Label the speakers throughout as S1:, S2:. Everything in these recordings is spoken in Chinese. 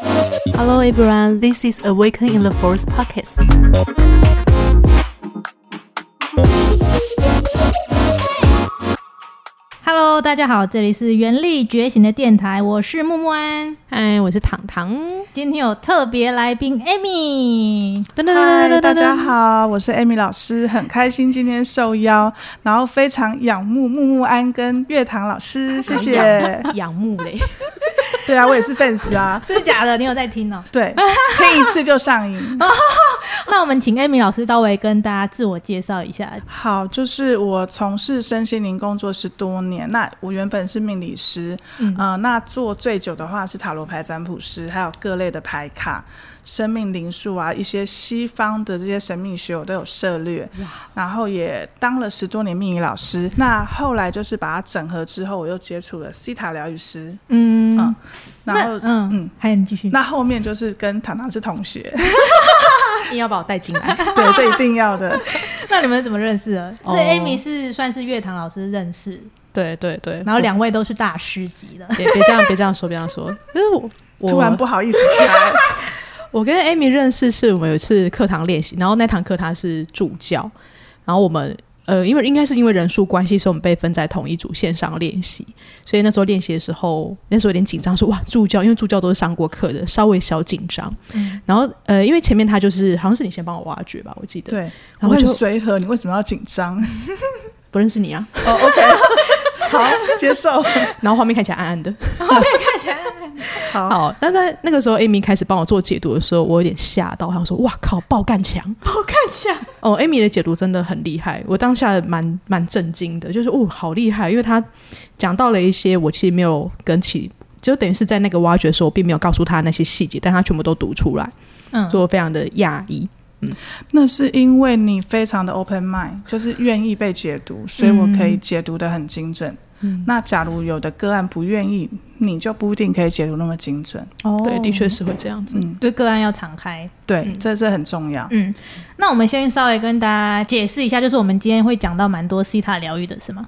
S1: Hello everyone, this is Awaken in the Forest Podcast.
S2: Hello，大家好，这里是原力觉醒的电台，我是木木安。
S3: 嗨，我是糖糖。
S2: 今天有特别来宾 Amy，
S3: 噔噔
S4: 嗨，大家。好，我是 Amy 老师，很开心今天受邀，然后非常仰慕木木安跟月堂老师，谢谢。
S3: 仰慕嘞，
S4: 对啊，我也是 fans 啊，
S2: 真的假的？你有在听哦？
S4: 对，听一次就上瘾。
S2: 那我们请 Amy 老师稍微跟大家自我介绍一下。
S4: 好，就是我从事身心灵工作十多年，那我原本是命理师，
S2: 嗯
S4: 嗯、那做最久的话是塔罗牌占卜师，还有各类的牌卡、生命灵数啊，一些西方的这些神秘学我都有涉略，然后也当了十多年命理老师。那后来就是把它整合之后，我又接触了西塔疗愈师，
S2: 嗯，
S4: 嗯然
S2: 那
S4: 后
S2: 嗯嗯
S4: 嗯，
S2: 还有你继续。
S4: 那后面就是跟糖糖是同学，
S3: 硬要把我带进来。
S4: 对，这一定要的。
S2: 那你们怎么认识的？是
S3: 哦
S2: Amy 是算是乐堂老师认识，
S3: 对对对，
S2: 然后两位都是大师级 的
S3: 我，。别别这样，别这样说，别这样说。因为我 我
S4: 突然不好意思 起来，
S3: 我跟 Amy 认识是我们有一次课堂练习，然后那堂课他是助教，然后我们呃，因为应该是因为人数关系，所以我们被分在同一组线上练习，所以那时候练习的时候，那时候有点紧张，说哇助教，因为助教都是上过课的，稍微小紧张。
S2: 嗯
S3: 然后呃，因为前面他就是好像是你先帮我挖掘吧，我记得，
S4: 对，
S3: 然
S4: 我
S3: 后
S4: 很
S3: 就
S4: 随和，你为什么要紧张？
S3: 不认识你啊，
S4: 哦，OK，好，接受，
S3: 然后画面看起来暗暗的。
S2: 看起来
S4: 好，
S3: 好，那在那个时候，Amy 开始帮我做解读的时候，我有点吓到，我想说：“哇靠，爆干强
S2: 好看起来，！”
S3: 哦，Amy 的解读真的很厉害，我当下蛮蛮震惊的，就是哦，好厉害，因为他讲到了一些我其实没有跟其，就等于是在那个挖掘的时候，我并没有告诉他那些细节，但他全部都读出来，
S2: 嗯
S3: 所以我非常的讶异。
S4: 那是因为你非常的 open mind，就是愿意被解读，所以我可以解读的很精准。
S3: 嗯，
S4: 那假如有的个案不愿意，你就不一定可以解读那么精准。
S2: 哦
S3: 对，的确是会这 样子。
S4: 嗯，
S2: 对个案要敞开。
S4: 对，
S3: 嗯
S4: 这这很重要。
S2: 嗯，那我们先稍微跟大家解释一下，就是我们今天会讲到蛮多西塔疗愈的，是吗？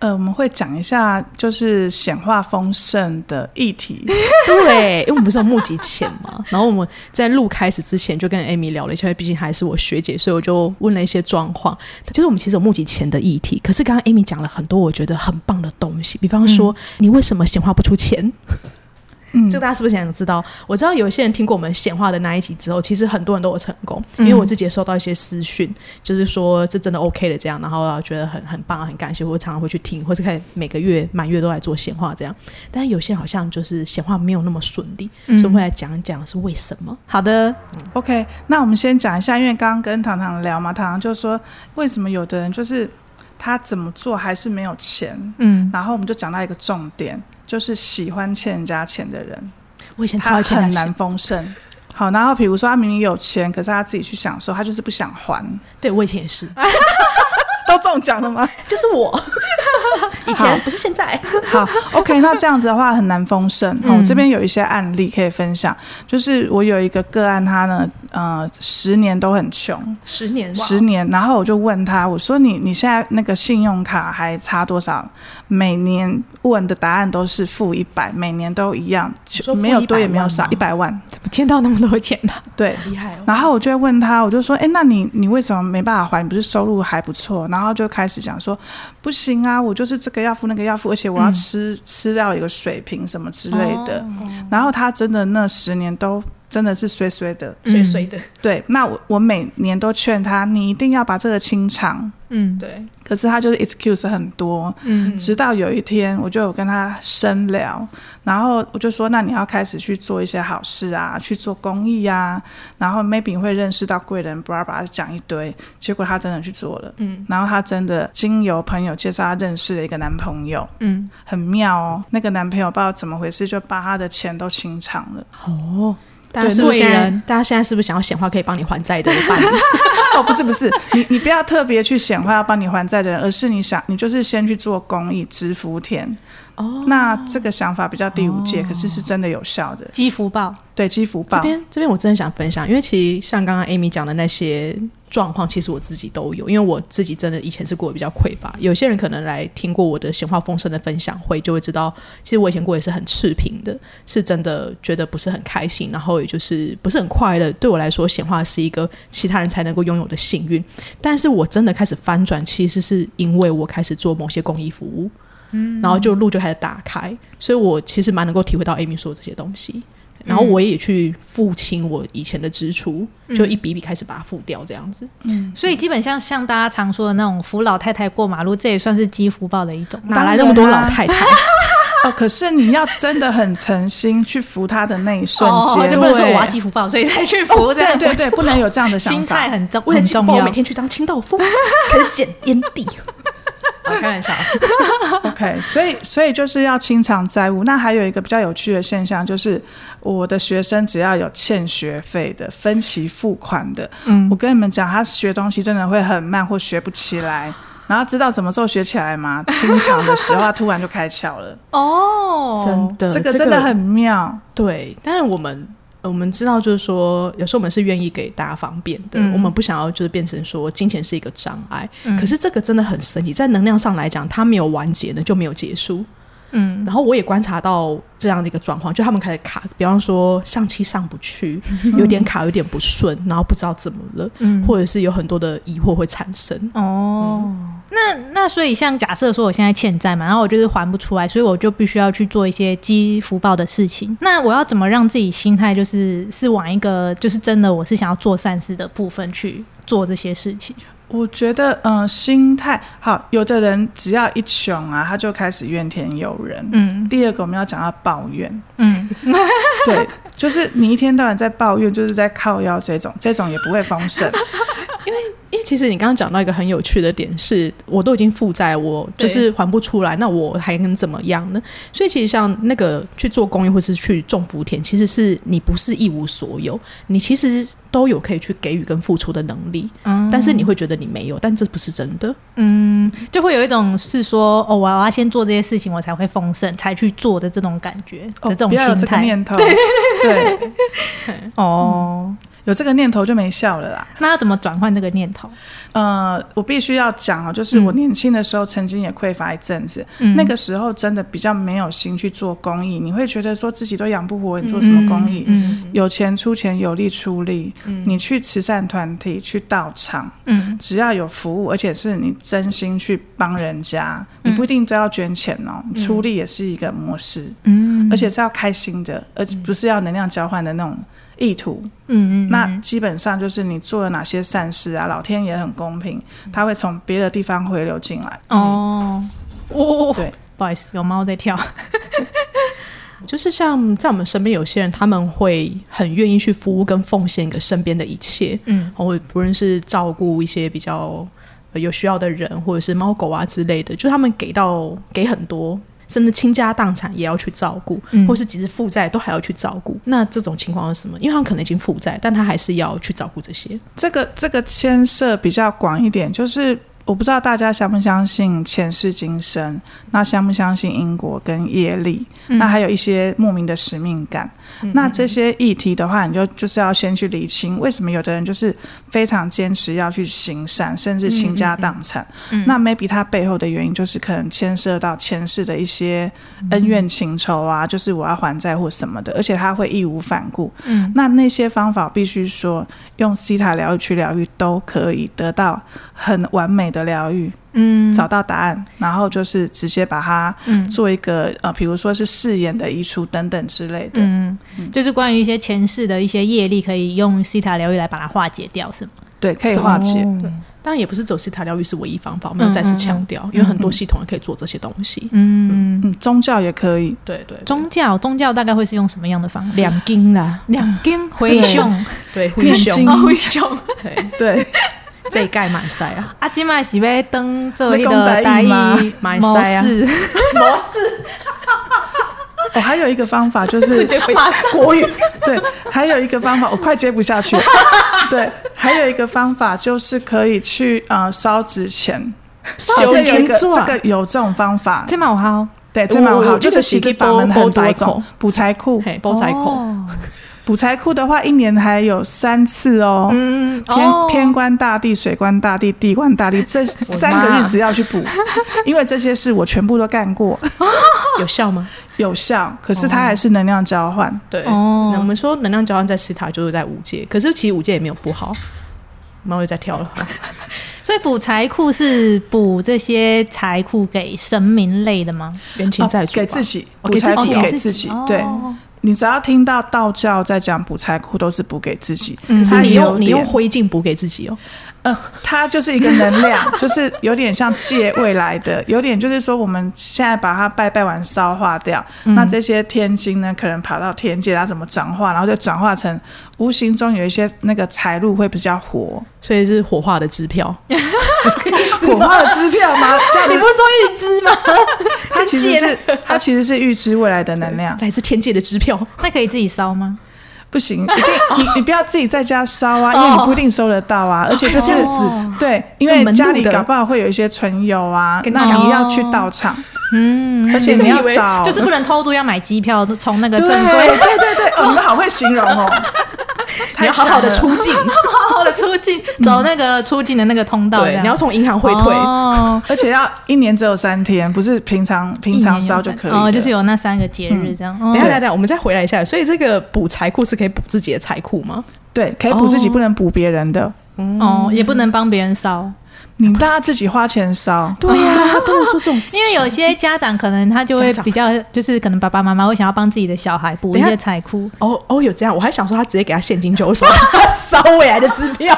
S4: 呃，我们会讲一下就是显化丰盛的议题。
S3: 对，因为我们不是有募集钱嘛，然后我们在录开始之前就跟 Amy 聊了一下，因为毕竟还是我学姐，所以我就问了一些状况。就是我们其实有募集钱的议题，可是刚刚 Amy 讲了很多我觉得很棒的东西，比方说、你为什么显化不出钱？
S4: 嗯
S3: 这个大家是不是想知道？我知道有一些人听过我们显化的那一集之后，其实很多人都有成功，因为我自己也收到一些私讯，就是说这真的 OK 的这样，然后啊觉得很很棒，很感谢，或者常常会去听，或者开始每个月满月都来做显化这样。但是有些好像就是显化没有那么顺利，所以我们来讲一讲是为什么。
S2: 嗯好的，
S4: OK，那我们先讲一下，因为刚刚跟糖糖聊嘛，糖糖就说为什么有的人就是他怎么做还是没有钱，
S2: 嗯，
S4: 然后我们就讲到一个重点，就是喜欢欠人家钱的人。
S3: 我以前超
S4: 他
S3: 爱欠人
S4: 很
S3: 家
S4: 难
S3: 钱，
S4: 丰盛。好，然后比如说他明明有钱，可是他自己去享受，他就是不想还，
S3: 对我以前也是，
S4: 都中奖了吗？
S3: 就是 我以前不是现在。
S4: 好，OK，那这样子的话很难丰盛。好，我
S2: 嗯
S4: 这边有一些案例可以分享，就是我有一个个案，他呢，呃，十年都很穷，
S3: 十年，
S4: 十
S3: 哇
S4: 年，然后我就问他，我说你你现在那个信用卡还差多少？每年问的答案都是负一百，每年都一样，
S3: 说
S4: 就
S3: 负
S4: 没有多也没有
S3: 100
S4: 少
S3: 万，吗
S4: 一百万，
S2: 怎么见到那么多钱 呢、
S4: 对，
S3: 厉害哦！
S4: 然后我就会问他，我就说，哎，那你你为什么没办法还？你不是收入还不错？然后他就开始讲说，不行啊，我就是这个要付那个要付，而且我要吃、吃到一个水平什么之类的。
S2: 哦
S4: 然后他真的那十年都真的是衰衰的，
S3: 碎碎的，
S4: 对。那我我每年都劝他，你一定要把这个清偿。
S2: 嗯
S3: 对，
S4: 可是他就是 excuse 很多，
S2: 嗯
S4: 直到有一天，我就有跟他深聊，然后我就说：“那你要开始去做一些好事啊，去做公益啊，然后 maybe 你会认识到贵人，巴拉巴拉讲一堆。”结果他真的去做了，
S3: 嗯
S4: 然后他真的经由朋友介绍，他认识了一个男朋友，
S2: 嗯，
S4: 很妙哦。那个男朋友不知道怎么回事，就把他的钱都清偿了。
S3: 哦。大家
S2: 对
S3: 是不是
S2: 贵
S3: 现在
S2: 人？
S3: 大家现在是不是想要显化可以帮你还债的伴侣？
S4: 哦，不是不是，你你不要特别去显化要帮你还债的人，而是你想，你就是先去做公益，植福田，
S3: 哦，
S4: 那这个想法比较第五届，可是是真的有效的。
S2: 积福报，
S4: 对，积福
S3: 这
S4: 报，
S3: 边嗯这边我真的想分享，因为其实像刚刚 Amy 讲的那些状况，其实我自己都有，因为我自己真的以前是过得比较匮乏。有些人可能来听过我的闲话丰盛的分享会，就会知道，其实我以前过也是很赤贫的，是真的觉得不是很开心，然后也就是不是很快乐。对我来说，显化是一个其他人才能够拥有的幸运。但是我真的开始翻转，其实是因为我开始做某些公益服务，嗯，然后就路就开始打开，所以我其实蛮能够体会到 Amy 说的这些东西。然后我也去付清我以前的支出，就一笔一笔开始把它付掉，这样子。
S2: 所以基本像像大家常说的那种扶老太太过马路，这也算是积福报的一种。
S3: 哪来那么多老太太？
S4: 哦，啊可是你要真的很诚心去扶他的那一瞬
S2: 哦，
S4: 间，
S2: 就不能说我要积福报，所以才去扶。这
S4: 哦对
S2: 样
S4: 对对，不能有这样的想
S2: 心
S4: 法
S2: 态。很重，
S3: 为了
S2: 很
S3: 进
S2: 重
S3: 步，我
S2: 要
S3: 每。天去当清道夫， 开始捡烟 蒂。啊，开玩笑，
S4: OK，所以所以就是要清偿债务。那还有一个比较有趣的现象，就是我的学生只要有欠学费的、分期付款的，嗯，我跟你们讲，他学东西真的会很慢或学不起来。然后知道什么时候学起来吗？清偿的时候，他突然就开窍了，
S2: 哦，
S3: 真的，
S4: 这个真的很妙。
S3: 对。但是我们呃我们知道，就是说，有时候我们是愿意给大家方便的，
S2: 嗯
S3: 我们不想要就是变成说金钱是一个障碍。
S2: 嗯
S3: 可是这个真的很神奇，在能量上来讲，它没有完结呢，就没有结束。
S2: 嗯，
S3: 然后我也观察到这样的一个状况，就他们开始卡，比方说上气上不去，有点卡，有点不顺，然后不知道怎么了，
S2: 嗯
S3: 或者是有很多的疑惑会产生。
S2: 哦，那那所以像假设说我现在欠债嘛，然后我就是还不出来，所以我就必须要去做一些积福报的事情。那我要怎么让自己心态就是是往一个就是真的我是想要做善事的部分去做这些事情？
S4: 我觉得，嗯、心态好。有的人只要一穷啊，他就开始怨天尤人。
S2: 嗯
S4: 第二个，我们要讲到抱 怨，
S2: 嗯，
S4: 对，就是你一天到晚在抱怨，就是在靠腰这种，这种也不会丰盛。
S3: 因为其实你刚刚讲到一个很有趣的点是，我都已经负债，我
S2: 对
S3: 就是还不出来，那我还能怎么样呢？所以其实像那个去做公益或是去种福田，其实是你不是一无所有，你其实都有可以去给予跟付出的能力，
S2: 嗯
S3: 但是你会觉得你没有，但这不是真的。
S2: 嗯，就会有一种是说哦，我要先做这些事情，我才会丰盛，才去做的这种感觉 的
S4: 哦
S2: 这种
S4: 不要有
S2: 心
S4: 这个
S2: 态。
S4: 念头，对对
S2: 哦，
S4: 有这个念头就没效了啦。
S2: 那要怎么转换这个念头？
S4: 呃，我必须要讲哦，就是我年轻的时候曾经也匮乏一阵子，
S2: 嗯
S4: 那个时候真的比较没有心去做公益，你会觉得说自己都养不活，你做什么公益？
S2: 嗯
S4: 有钱出钱，有力出力。你去慈善团体，去道场，
S2: 嗯
S4: 只要有服务，而且是你真心去帮人家，
S2: 嗯
S4: 你不一定都要捐钱哦，你出力也是一个模式，
S2: 嗯
S4: 而且是要开心的，而不是要能量交换的那种意图。
S2: 嗯嗯，
S4: 那基本上就是你做了哪些善事啊，老天也很公平，
S2: 嗯
S4: 他会从别的地方回流进来。
S2: 哦，哦，
S4: 对，
S2: 不好意思，有猫在跳。
S3: 就是像在我们身边有些人，他们会很愿意去服务跟奉献给身边的一切，
S2: 嗯
S3: 或不论是照顾一些比较呃有需要的人，或者是猫狗啊之类的，就他们给到给很多。甚至倾家荡产也要去照顾，
S2: 嗯
S3: 或是即使负债都还要去照顾。那这种情况是什么？因为他们可能已经负债，但他还是要去照顾这些。
S4: 这个这个牵涉比较广一点，就是我不知道大家相不相信前世今生，那相不相信因果跟业力，那还有一些莫名的使命感。那这些议题的话，你就就是要先去理清，为什么有的人就是非常坚持要去行善，甚至倾家荡产。那 maybe 他背后的原因就是可能牵涉到前世的一些恩怨情仇啊，就是我要还债或什么的，而且他会义无反顾。
S2: 嗯
S4: 那那些方法必须说用西塔疗愈去疗愈都可以得到很完美的疗愈，
S2: 嗯
S4: 找到答案，然后就是直接把它
S2: 嗯
S4: 做一个呃，比如说是誓言的移除等等之类的。
S2: 嗯，就是关于一些前世的一些业力，可以用西塔疗愈来把它化解掉，是吗？
S4: 对，可以化解。
S3: 当然也不是走西塔疗愈是唯一方法，我们要再次强调，因为很多系统也可以做这些东西。
S2: 嗯，
S4: 嗯，宗教也可以。
S3: 对对对，
S2: 宗教宗教大概会是用什么样的方式？
S3: 两金啦，
S2: 两根回胸，
S3: 对，灰
S4: 念，
S3: 熊
S4: 经
S2: 回 胸。
S3: 对，
S4: 对，
S3: 这一盖买塞啊。
S2: 阿基麦是被登做一
S4: 要讲
S2: 个
S4: 台语吗
S3: 马来西
S2: 模
S3: 亚
S2: 式，
S4: 我、哦还有一个方法就是
S3: 瞬，间回答国语。
S4: 对，还有一个方法，我快接不下去了。对，还有一个方法就是可以去呃烧纸钱。
S3: 烧纸
S4: 这有一个
S3: 钱做啊
S4: 这个有这种方法，
S2: 天马我好，
S4: 对，这蛮
S3: 呃我
S4: 好，
S3: 我
S4: 就
S3: 一个
S4: 是
S3: 喜
S4: 洗地
S3: 力
S4: 法门
S3: 包
S4: 很多
S3: 包仔裤
S4: 种。补财库，
S3: 嘿，煲仔口，
S2: 哦
S4: 补财库的话，一年还有三次哦。
S3: 嗯，
S4: 天、
S2: 哦
S4: 天官大帝、水官大帝、地官大帝， 这三个日子要去补，因为这些事我全部都干过，
S3: 有效吗？
S4: 有效。可是
S3: 哦
S4: 它还是能量交换，
S3: 对，
S2: 哦
S3: 那我们说能量交换在西塔就是在五界，可是其实五界也没有不好。猫又在跳了，
S2: 所以补财库是补这些财库给神明类的吗？
S3: 冤亲债主吧、
S4: 给自己
S3: 哦
S4: 补
S3: 给自
S4: 财库
S3: 己哦
S4: 给自己。对
S2: 哦
S4: 你只要听到道教在讲补财库，都是补给自己。
S2: 嗯
S3: 是
S4: 它
S3: 你
S4: 有
S3: 用你
S4: 点
S3: 用灰烬补给自己哦，
S4: 嗯，它就是一个能量， 就是有点像借未来的，有点就是说我们现在把它拜拜完烧化掉，那这些天津呢，可能跑到天界，它怎么转化，然后就转化成无形中有一些那个财路会比较活，
S3: 所以是火化的支 票。
S4: 火化的支票吗？这样
S3: 啊你
S4: 子
S3: 不是说预知 吗？
S4: 它其 实是它其实是预知未来的能量，
S3: 来自天界的支票，
S2: 那可以自己烧吗？
S4: 不行，一定你你不要自己在家烧啊，因为你不一定收得到啊，而且就是
S2: 哦
S4: 对，因
S3: 用
S4: 为
S3: 门
S4: 家
S3: 路
S4: 里
S3: 的
S4: 搞不好会有一些存油啊，
S3: 跟
S4: 那
S3: 墙
S4: 你要去道场，
S2: 嗯，
S4: 而且
S3: 你
S4: 你要
S3: 以为
S4: 找
S2: 就是不能偷渡，要买机票，从那个
S4: 对
S2: 正规
S4: 对对对，哦，你们好会形容哦，
S3: 你要好 好的
S4: 太强了
S3: 出境，
S2: 好好的 出境，走那个出境的那个通道这
S3: 对，
S2: 样，
S3: 你要从银行汇退。
S2: 哦
S4: 而且要一年只有三天，不是平常平常烧就可以了
S2: 嗯哦，就是有那三个节日这样。
S3: 等
S2: 哦
S3: 一下，等一下等一下，我们再回来一下。所以这个补财库是可以补自己的财库吗？
S4: 对，可以补自己，
S2: 哦
S4: 不能补别人的。
S2: 哦，
S3: 嗯
S2: 也不能帮别人烧，
S4: 你大家自己花钱烧，
S3: 对呀、他不能做这 种事
S2: 因为有些家长可能他就会
S3: 家长
S2: 比较，就是可能爸爸妈妈会想要帮自己的小孩补一
S3: 等一
S2: 些
S3: 下
S2: 财库，
S3: 哦哦，有这样，我还想说他直接给他现金就好为什么 他烧未来的支票？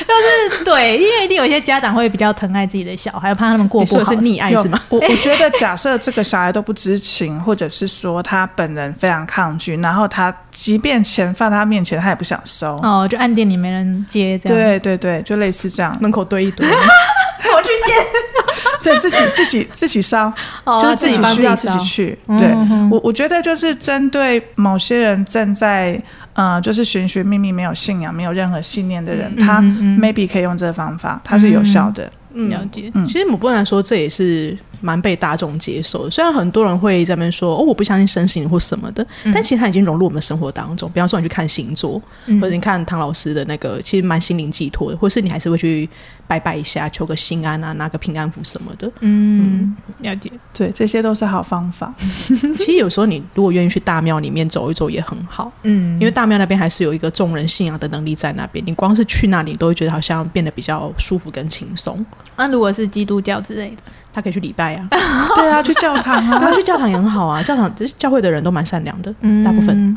S2: 就是对，因为一定有一些家长会比较疼爱自己的小孩，怕他们过
S3: 你
S2: 不
S3: 说的
S2: 好
S3: 是。溺爱
S4: 有
S3: 是吗？
S4: 我我觉得，假设这个小孩都不知情，或者是说他本人非常抗拒，然后他即便钱放在他面前，他也不想收。
S2: 哦，就按店里没人接这样。
S4: 对对对，就类似 这样，
S3: 门口堆一堆，
S2: 对，我去 接，
S4: 所以自己自己自己烧，
S2: 哦
S4: 就是自己
S2: 帮
S4: 需要
S2: 自
S4: 自
S2: 己
S4: 己
S2: 烧
S4: 去。
S2: 嗯
S4: 对
S2: 嗯嗯
S4: 我，我觉得就是针对某些人正在呃，就是寻寻觅觅、没有信仰、没有任何信念的人，
S2: 嗯
S4: 他
S2: 嗯嗯
S4: maybe 可以用这个方法，它是有效的。
S2: 了解。
S4: 嗯
S3: 其实某部分来说，这也是蛮被大众接受的。虽然很多人会在那边说哦，我不相信身形或什么的，但其实它已经融入我们的生活当中。比方说，你去看星座，
S2: 嗯
S3: 或者你看唐老师的那个，其实蛮心灵寄托的，或是你还是会去拜拜一下，求个心安啊，拿个平安符什 么的。
S2: 嗯，了解。
S4: 对，这些都是好方法。
S3: 其实有时候你如果愿意去大庙里面走一走也很好，
S2: 嗯，
S3: 因为大庙那边还是有一个众人信仰的能力在那边。你光是去那里，你都会觉得好像变得比较舒服跟轻松。
S2: 那啊如果是基督教之类的，
S3: 他可以去礼拜啊，
S4: 对啊，去教堂 啊
S3: 然。后去教堂也很好啊， 教堂教会的人都蛮善良的，
S2: 嗯
S3: 大部分。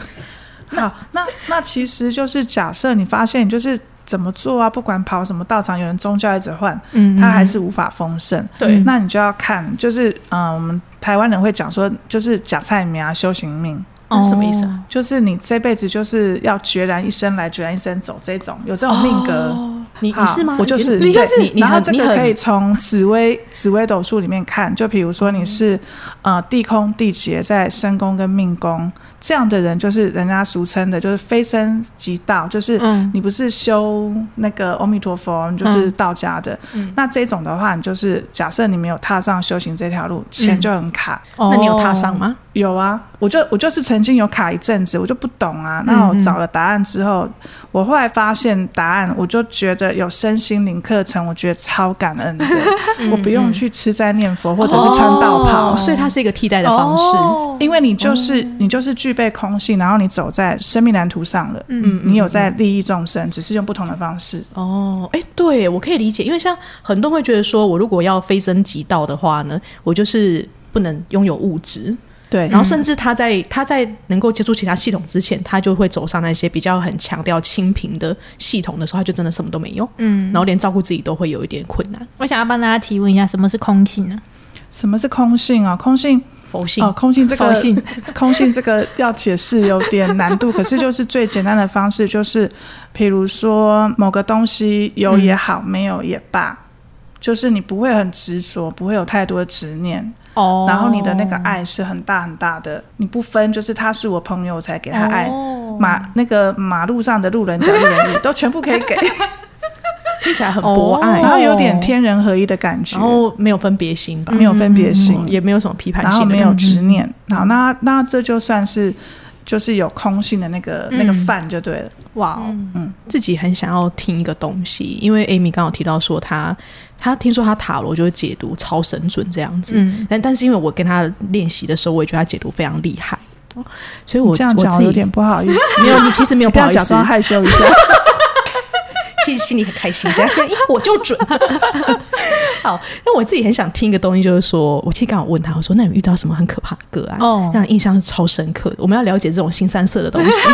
S4: 好，那那其实就是假设你发现你就是怎么做啊，不管跑什么道场，有人宗教一直换，
S2: 嗯，
S4: 他还是无法丰盛。
S3: 对
S4: 那你就要看，就是嗯、呃我们台湾人会讲说，就是假菜苗啊修行命，
S3: 那是什么意思
S2: 哦
S3: 啊？
S4: 就是你这辈子就是要决然一生来，决然一生走这种，有这种命格。
S3: 哦你
S4: 好
S3: 你是吗？
S4: 我就是，
S3: 你
S4: 对
S3: 你你
S4: 然后
S3: 很
S4: 这
S3: 你
S4: 个
S3: 很
S4: 可以从紫微紫微斗数里面看，就比如说
S3: 嗯
S4: 你是呃地空地劫在身宫跟命宫这样的人，就是人家俗称的就是非生即道，就是
S2: 嗯
S4: 你不是修那个阿弥陀佛，你就是道家的。
S3: 嗯
S4: 那这种的话，你就是假设你没有踏上修行这条路，
S3: 嗯
S4: 钱就很卡。
S2: 哦
S3: 那你有踏上？吗？
S4: 有啊，我就我就是曾经有卡一阵子，我就不懂啊。那我找了答案之后，我后来发现答案，我就觉得有身心灵课程，我觉得超感恩的，
S3: 嗯
S4: 我不用去吃斋念佛或者是穿道袍。
S3: 哦所以它是一个替代的方式。
S2: 哦
S4: 因为你就是、你就是具备空性，然后你走在生命蓝图上了，
S3: 嗯
S4: 你有在利益众生，只是用不同的方式。
S3: 哦，哎，对我可以理解，因为像很多人会觉得说，我如果要非升即道的话呢，我就是不能拥有物质，
S4: 对，
S3: 然后甚至他在他在能够接触其他系统之前，他就会走上那些比较很强调清贫的系统的时候，他就真的什么都没有，
S2: 嗯
S3: 然，后连照顾自己都会有一点困难。
S2: 我想要帮大家提问一下，什么是空性呢？
S4: 什么是空性啊？空性
S3: 佛性
S4: 哦，空性这个
S2: 佛性
S4: 空性这个要解释有点难度，可是就是最简单的方式，就是比如说某个东西有也好，没有也罢，
S2: 嗯
S4: 就是你不会很执着，不会有太多的执念，
S2: 哦
S4: 然后你的那个爱是很大很大的，你不分就是他是我朋友我才给他爱，
S2: 哦
S4: 马那个马路上的路人甲、路人乙都全部可以给。
S3: 听起来很博爱，
S2: 哦
S4: 然后有点天人合一的感觉
S3: 然，后没有分别心吧，
S4: 嗯
S3: 嗯
S4: 没有分
S2: 嗯
S4: 别心，
S3: 也没有什么批判
S4: 然后
S3: 性的
S4: 没
S3: 感觉，
S4: 有执念。好，那那这就算是就是有空性的那个那个
S2: 嗯
S4: 饭就对了。嗯
S2: 哇哦，
S3: 嗯自己很想要听一个东西，因为 Amy 刚好提到说她，她听说她塔罗就是解读超神准这样子，
S2: 嗯，
S3: 但但是因为我跟她练习的时候，我也觉得她解读非常厉害，所以我
S4: 哦你这样讲
S3: 我
S4: 我
S3: 自己
S4: 有点不好意思，
S3: 没有，你其实 没 有
S4: 你
S3: 不
S4: 这样
S3: 好意
S4: 假
S3: 思，
S4: 装害羞一 下。
S3: 其实心里很开心，这样哎我就准。好，那我自己很想听一个东西，就是说，我其实刚好问他，我说那你遇到什么很可怕的个案，
S2: 哦
S3: 让你印象是超深刻的？我们要了解这种新三色的东西。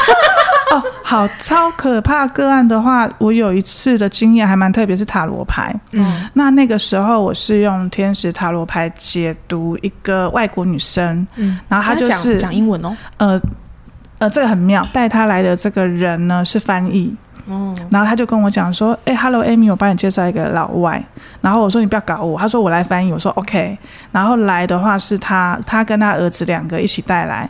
S4: 哦，好，超可怕个案的话，我有一次的经验还蛮特别，是塔罗牌。
S2: 嗯，
S4: 那那个时候我是用天使塔罗牌解读一个外国女生，
S3: 嗯，
S4: 然后她就
S3: 跟
S4: 是
S3: 讲讲英文哦，
S4: 呃呃，这个很妙，带她来的这个人呢是翻译，
S3: 哦，
S2: 嗯
S4: 然后她就跟我讲说，哎、h e l l o Amy，我帮你介绍一个老外，然后我说你不要搞我，她说我来翻译，我说 OK，然后来的话是她她跟她儿子两个一起带来，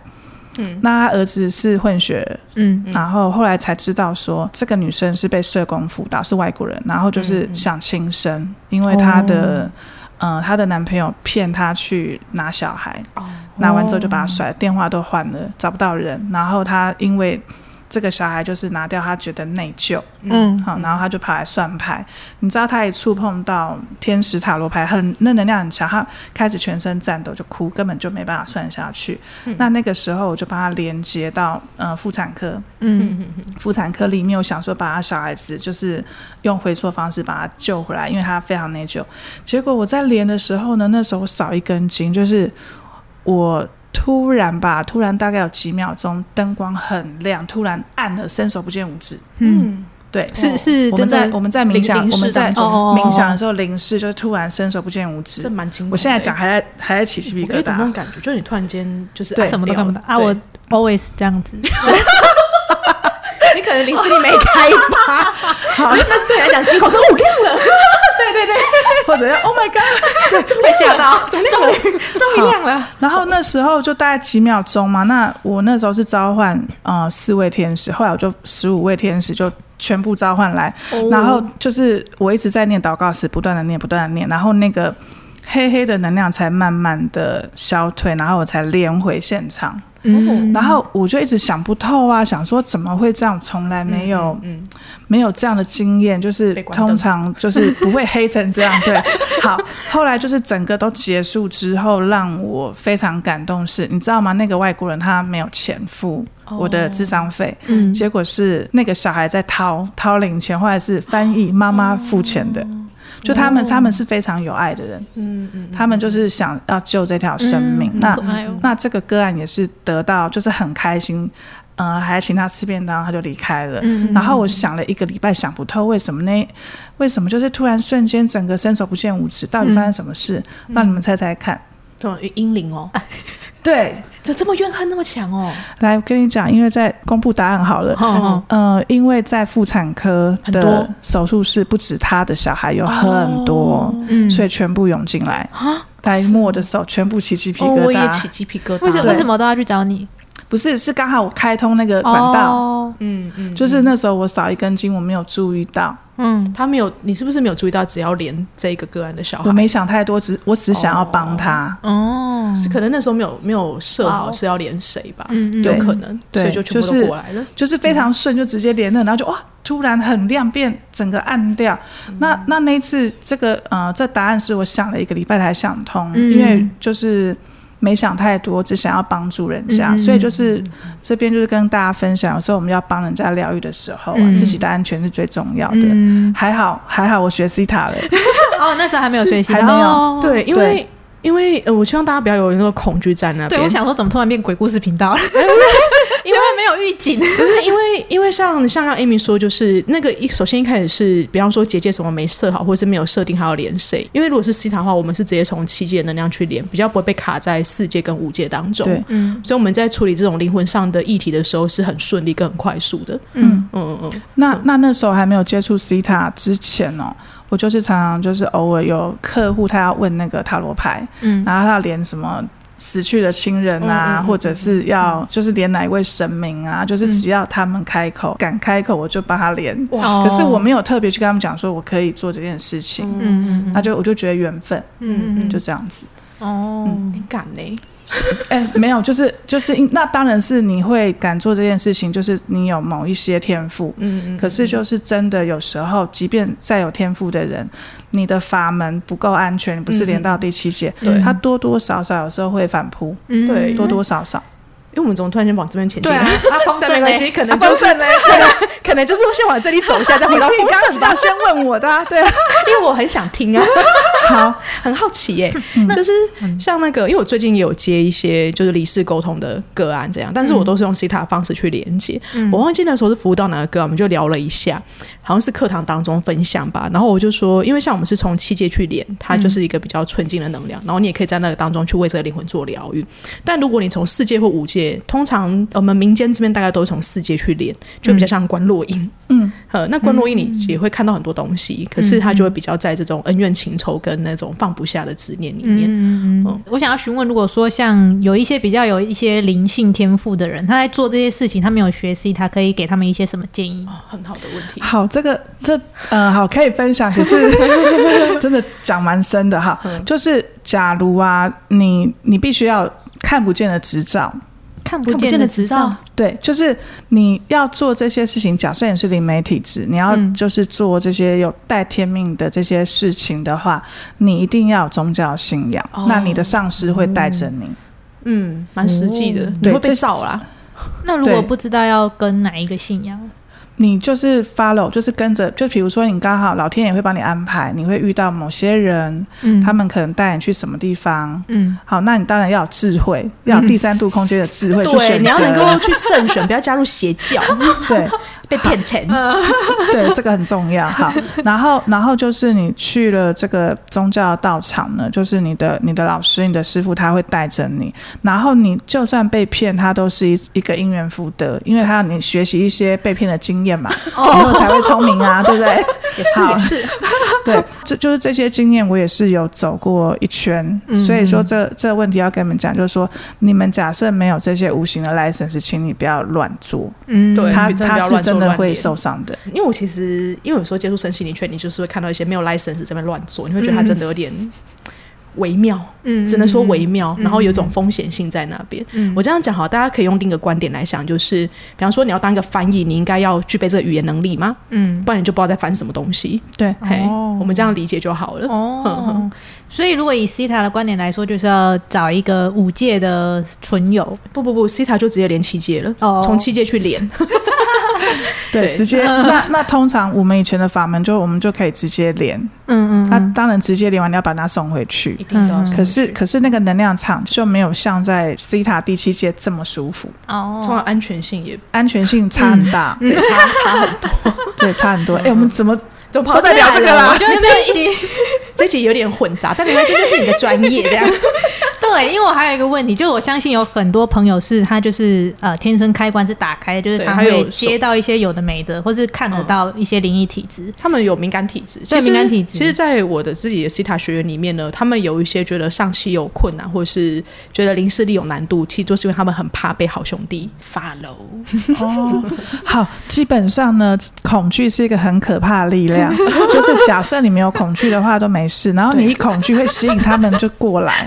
S3: 嗯，
S4: 那她儿子是混血
S2: 嗯，
S4: 然后后来才知道说，这个女生是被社工辅导，是外国人，然后就是
S2: 嗯
S4: 想轻生，因为她
S2: 哦
S4: 的、呃她的男朋友骗她去拿小孩，
S2: 哦
S4: 拿完之后就把她甩了，电话都换了，找不到人，然后她因为。这个小孩就是拿掉，她觉得内疚，
S2: 嗯，
S4: 好，然后她就跑来算牌。你知道，她一触碰到天使塔罗牌，很那能量很强，她开始全身颤抖，就哭，根本就没办法算下去。那那个时候，我就帮她连接到呃妇产科，
S2: 嗯，
S4: 妇产科里面，我想说把他小孩子就是用回溯方式把他救回来，因为他非常内疚。结果我在连的时候呢，那时候我少一根筋，就是我突然吧，突然大概有几秒钟，灯光很亮，突然暗了，伸手不见五指。
S2: 嗯，
S4: 对，
S2: 是是，
S4: 我
S2: 真
S4: 们在
S2: 的
S4: 我们在冥想，
S3: 灵
S4: 我
S3: 灵
S4: 们
S3: 视
S4: 在
S3: 当中
S2: 哦
S4: 冥想的时候，灵视就是突然伸手不见五
S3: 这
S4: 指。
S3: 蛮惊恐的。
S4: 我现在讲还在还在起鸡皮
S3: 我可
S4: 疙
S3: 以懂
S4: 瘩
S3: 那种。感觉，就是你突然间就是
S4: 对
S3: 按
S2: 什么都
S3: 掉
S2: 看不
S3: 了
S2: 到啊，我
S3: 对
S2: always 这样子，
S3: 你可能临时你没开吧，好，那对你来讲惊恐是五亮了，
S4: 对对对，或者要 Oh my God！
S3: 被吓到，
S2: 终于终于亮了，
S4: 然后那时候就大概几秒钟嘛，那我那时候是召唤呃四位天使，后来我就十五位天使就全部召唤来，
S3: 哦
S4: 然后就是我一直在念祷告词，不断的念，不断的念，然后那个黑黑的能量才慢慢的消退，然后我才连回现场，
S2: 嗯，
S4: 然后我就一直想不透啊，想说怎么会这样，从来没有、
S3: 嗯，
S4: 没有这样的经验，就是
S3: 被关灯
S4: 通常就是不会黑成这样。对，好，后来就是整个都结束之后，让我非常感动是，你知道吗？那个外国人他没有钱付
S3: 哦
S4: 我的智商费，
S2: 嗯
S4: 结果是那个小孩在掏掏零钱，后来是翻译妈
S3: 哦
S4: 妈付钱的。就他们，他们是非常有爱的人，
S3: 嗯哦嗯，
S4: 他们就是想要救这条生命。
S2: 嗯
S4: 那
S2: 好可爱哦
S4: 那这个个案也是得到，就是很开心，呃，还请他吃便当，他就离开了。
S2: 嗯
S4: 然后我想了一个礼拜，想不透为什么那为什么就是突然瞬间整个伸手不见五指，到底发生什么事？让你们猜猜看。
S3: 什么英灵哦，
S4: 对，
S3: 怎这么怨恨那么强哦？
S4: 来我跟你讲，因为在公布答案好了。
S2: 哦
S4: 呃，因为在妇产科
S3: 很
S4: 的
S3: 多
S4: 手术室，不止他的小孩有很多，
S2: 嗯
S4: 所以全部涌进来。
S2: 啊，
S4: 来摸我的手，全部起鸡皮
S3: 哦，
S4: 疙
S3: 我
S4: 瘩。
S3: 也起鸡皮疙瘩。
S2: 为什
S4: 对
S2: 为什么都要去找你？
S4: 不是，是刚好我开通那个管道，
S2: 哦，
S3: 嗯嗯，
S4: 就是那时候我少一根筋，我没有注意到。
S2: 嗯，
S3: 他没有，你是不是没有注意到？只要连这个个案的小
S4: 我
S3: 孩，
S4: 没想太多，只我只想要帮他。
S2: 哦，
S3: 可能那时候没有没有设
S2: 哇
S3: 好
S2: 哦
S3: 是要连谁吧，
S2: 嗯嗯，
S3: 有
S4: 对
S3: 可能，
S4: 对
S3: 所以就全部
S4: 就是
S3: 都过来了。
S4: 就是非常顺，就直接连了，然后就哇，突然很亮，变整个暗掉。
S2: 嗯
S4: 那那那一次这个呃，这答案是我想了一个礼拜才想通，
S2: 嗯
S4: 因为就是没想太多，只想要帮助人家，
S2: 嗯
S4: 所以就是这边就是跟大家分享，有时候我们要帮人家疗愈的时候啊，
S2: 嗯
S4: 自己的安全是最重要的。
S2: 嗯，
S4: 还好还好，我学 C 塔 了，
S2: 哦，那时候还没有学习，
S4: 还没有
S2: 哦，
S3: 对，因为因为呃，我希望大家不要有那个恐惧在那边。
S2: 对， 我想说怎么突然变鬼故事频 道了，因为没有预警，
S3: 不是因为，因为像像刚 Amy 说，就是那个一首先一开始是，比方说结界什么没设好，或者是没有设定还要连谁。因为如果是 C 塔的话，我们是直接从七界的能量去连，比较不会被卡在四界跟五界当中。
S4: 对，
S2: 嗯
S3: 所以我们在处理这种灵魂上的议题的时候，是很顺利跟很快速的。
S2: 嗯
S3: 嗯嗯嗯，
S4: 那那那时候还没有接触 C 塔之前哦，我就是常常就是偶尔有客户他要问那个塔罗牌，
S2: 嗯
S4: 然后他要连什么死去的亲人啊，或者是要就是连哪一位神明啊，就是只要他们开口、敢开口，我就帮他连。
S2: 哇
S4: 可是我没有特别去跟他们讲说我可以做这件事情，
S2: 哦嗯嗯
S4: 那就我就觉得缘分，
S2: 嗯嗯
S4: 就这嗯样子。
S2: 哦，
S3: 你敢呢？
S4: 哎、没有，就是就是，那当然是你会敢做这件事情，就是你有某一些天赋。
S3: 嗯
S4: 可是就是真的，有时候即便再有天赋的人，你的法门不够安全，你不
S3: 嗯
S4: 是连到第七节，
S2: 对
S4: 他多多少少有时候会反扑，
S2: 嗯
S3: 对
S4: 多多少少。
S3: 因为我们怎么突然间往这边前进
S2: 对啊
S3: 了？，
S2: 啊 丰
S3: 但没
S2: 盛
S3: 关
S2: 嘞
S3: 系，可能就是
S4: 啊嘞，
S3: 可能就是先往这里走一下，再
S4: 你
S3: 回到
S4: 自己
S3: 丰
S4: 刚
S3: 盛
S4: 知
S3: 吧
S4: 道，，先问我的、啊，对、啊，
S3: 因为我很想 听啊。
S4: 好，
S3: 很好奇耶、
S4: 嗯
S3: 就是像那个，因为我最近也有接一些就是离世沟通的个案这样，但是我都是用 C 塔方式去连接。
S4: 嗯
S3: 我忘记那时候是服务到哪个个案，我们就聊了一下，好像是课堂当中分享吧。然后我就说，因为像我们是从七界去连，它就是
S4: 嗯
S3: 一个比较纯净的能量，然后你也可以在那个当中去为这个灵魂做疗愈。但如果你从四界或五界，通常呃我们民间这边大概都是从四界去连，就比较像观落音。
S4: 嗯，
S3: 呃，那观落音你也会看到很多东西，可是它就会比较在这种嗯恩怨情仇跟那种放不下的执念里面。
S2: 嗯嗯
S3: 嗯
S2: 嗯，我想要询问，如果说像有一些比较有一些灵性天赋的人，他在做这些事情，他没有学习，他可以给他们一些什么建议？
S3: 哦，很好的问题。
S4: 好，这个这呃，好，可以分享，可 是 真的讲蛮深的哈。
S3: 嗯
S4: 就是假如啊，你你必须要看不见的执照，
S2: 看不
S3: 看不见的执照，
S4: 对，就是你要做这些事情。假设你是灵媒体质，你要
S2: 嗯
S4: 就是做这些有带天命的这些事情的话，你一定要有宗教信仰，
S3: 哦
S4: 那你的上师会带着你。
S3: 嗯，蛮实际的，你
S4: 对
S3: 会被啊
S4: 这
S3: 照啦。
S2: 那如果
S4: 对
S2: 不知道要跟哪一个信仰，
S4: 你就是 follow，就是跟着，就比如说你刚好老天也会帮你安排，你会遇到某些人，
S2: 嗯
S4: 他们可能带你去什么地方，
S2: 嗯
S4: 好，那你当然要有智慧，要有第三度空间的智慧去
S3: 对，
S4: 选
S3: 你要能
S4: 择。
S3: 够去慎选，不要加入邪 教，
S4: 对
S3: 被骗钱。
S4: 嗯 对，这个很重要。好，然后然后就是你去了这个宗教的道场呢，就是你的你的老师、你的师傅他会带着你，然后你就算被骗，他都是一一个因缘福德，因为他让你学习一些被骗的经验嘛，然后才会聪明啊，对不对？
S3: 哦 也是
S4: 好
S3: 也是，
S4: 对，这就是这些经验，我也是有走过一圈，
S3: 嗯
S4: 所以说这这个问题要跟你们讲，就是说你们假设没有这些无形的 license，请你不要乱做，
S2: 嗯，
S3: 对
S4: 他
S3: 你真的
S4: 他
S3: 不要
S4: 是
S3: 乱做
S4: 真的
S3: 乱
S4: 会
S3: 连
S4: 受伤的。
S3: 因为我其实因为有时候接触身心灵圈，你就是会看到一些没有 license 在那边乱做，你会觉得他真的有点微妙，
S2: 嗯
S3: 只能说微妙，然后有一种风险性在那边。
S2: 嗯
S3: 我这样讲好，大家可以用另一个观点来想，就是比方说你要当一个翻译，你应该要具备这个语言能力吗？
S2: 嗯
S3: 不然你就不知道在翻什么东西。
S4: 对，
S3: 嘿，我们这样理解就好了。哼
S2: 哦
S3: 哼，
S2: 所以如果以 Sita 的观点来说，就是要找一个五界的纯友，
S3: 不不不，C 塔就直接连七阶了，
S2: 哦
S3: 从七阶 去连。
S4: 对，
S3: 对
S4: 直接那那通常我们以前的法门就我们就可以直接连，
S2: 嗯
S4: 那、当然直接连完你要把它送回去。
S3: 定
S2: 都要
S4: 嗯可是，可是那个能量场就没有像在 C 塔第七阶这么舒服，
S3: 从
S2: 哦，
S3: 安全性也
S4: 安全性差很大，
S2: 嗯
S3: 对差差 很多，
S4: 对，差很多。哎、我们怎么
S3: 就跑
S4: 都在聊
S3: 这
S4: 这个啦
S2: 我觉得这一集
S3: 这集有点混杂，但没关系，这就是你的专业这样。
S2: 对，因为我还有一个问题，就是我相信有很多朋友是他就是呃天生开关是打开的，就是
S3: 对
S2: 常
S3: 他有
S2: 会接到一些有的嗯没的，或是看得到一些灵异体质。
S3: 他们有敏感体质，
S2: 对
S3: 其实
S2: 敏感体质
S3: 其实，在我的自己的 C 塔学员里面呢，他们有一些觉得上期有困难，或是觉得零视力有难度，其实就是因为他们很怕被好兄弟 follow。
S4: 哦，好，基本上呢，恐惧是一个很可怕的力 量，就是假设你没有恐惧的话都没事，然后你一恐惧会吸引他们就 过来。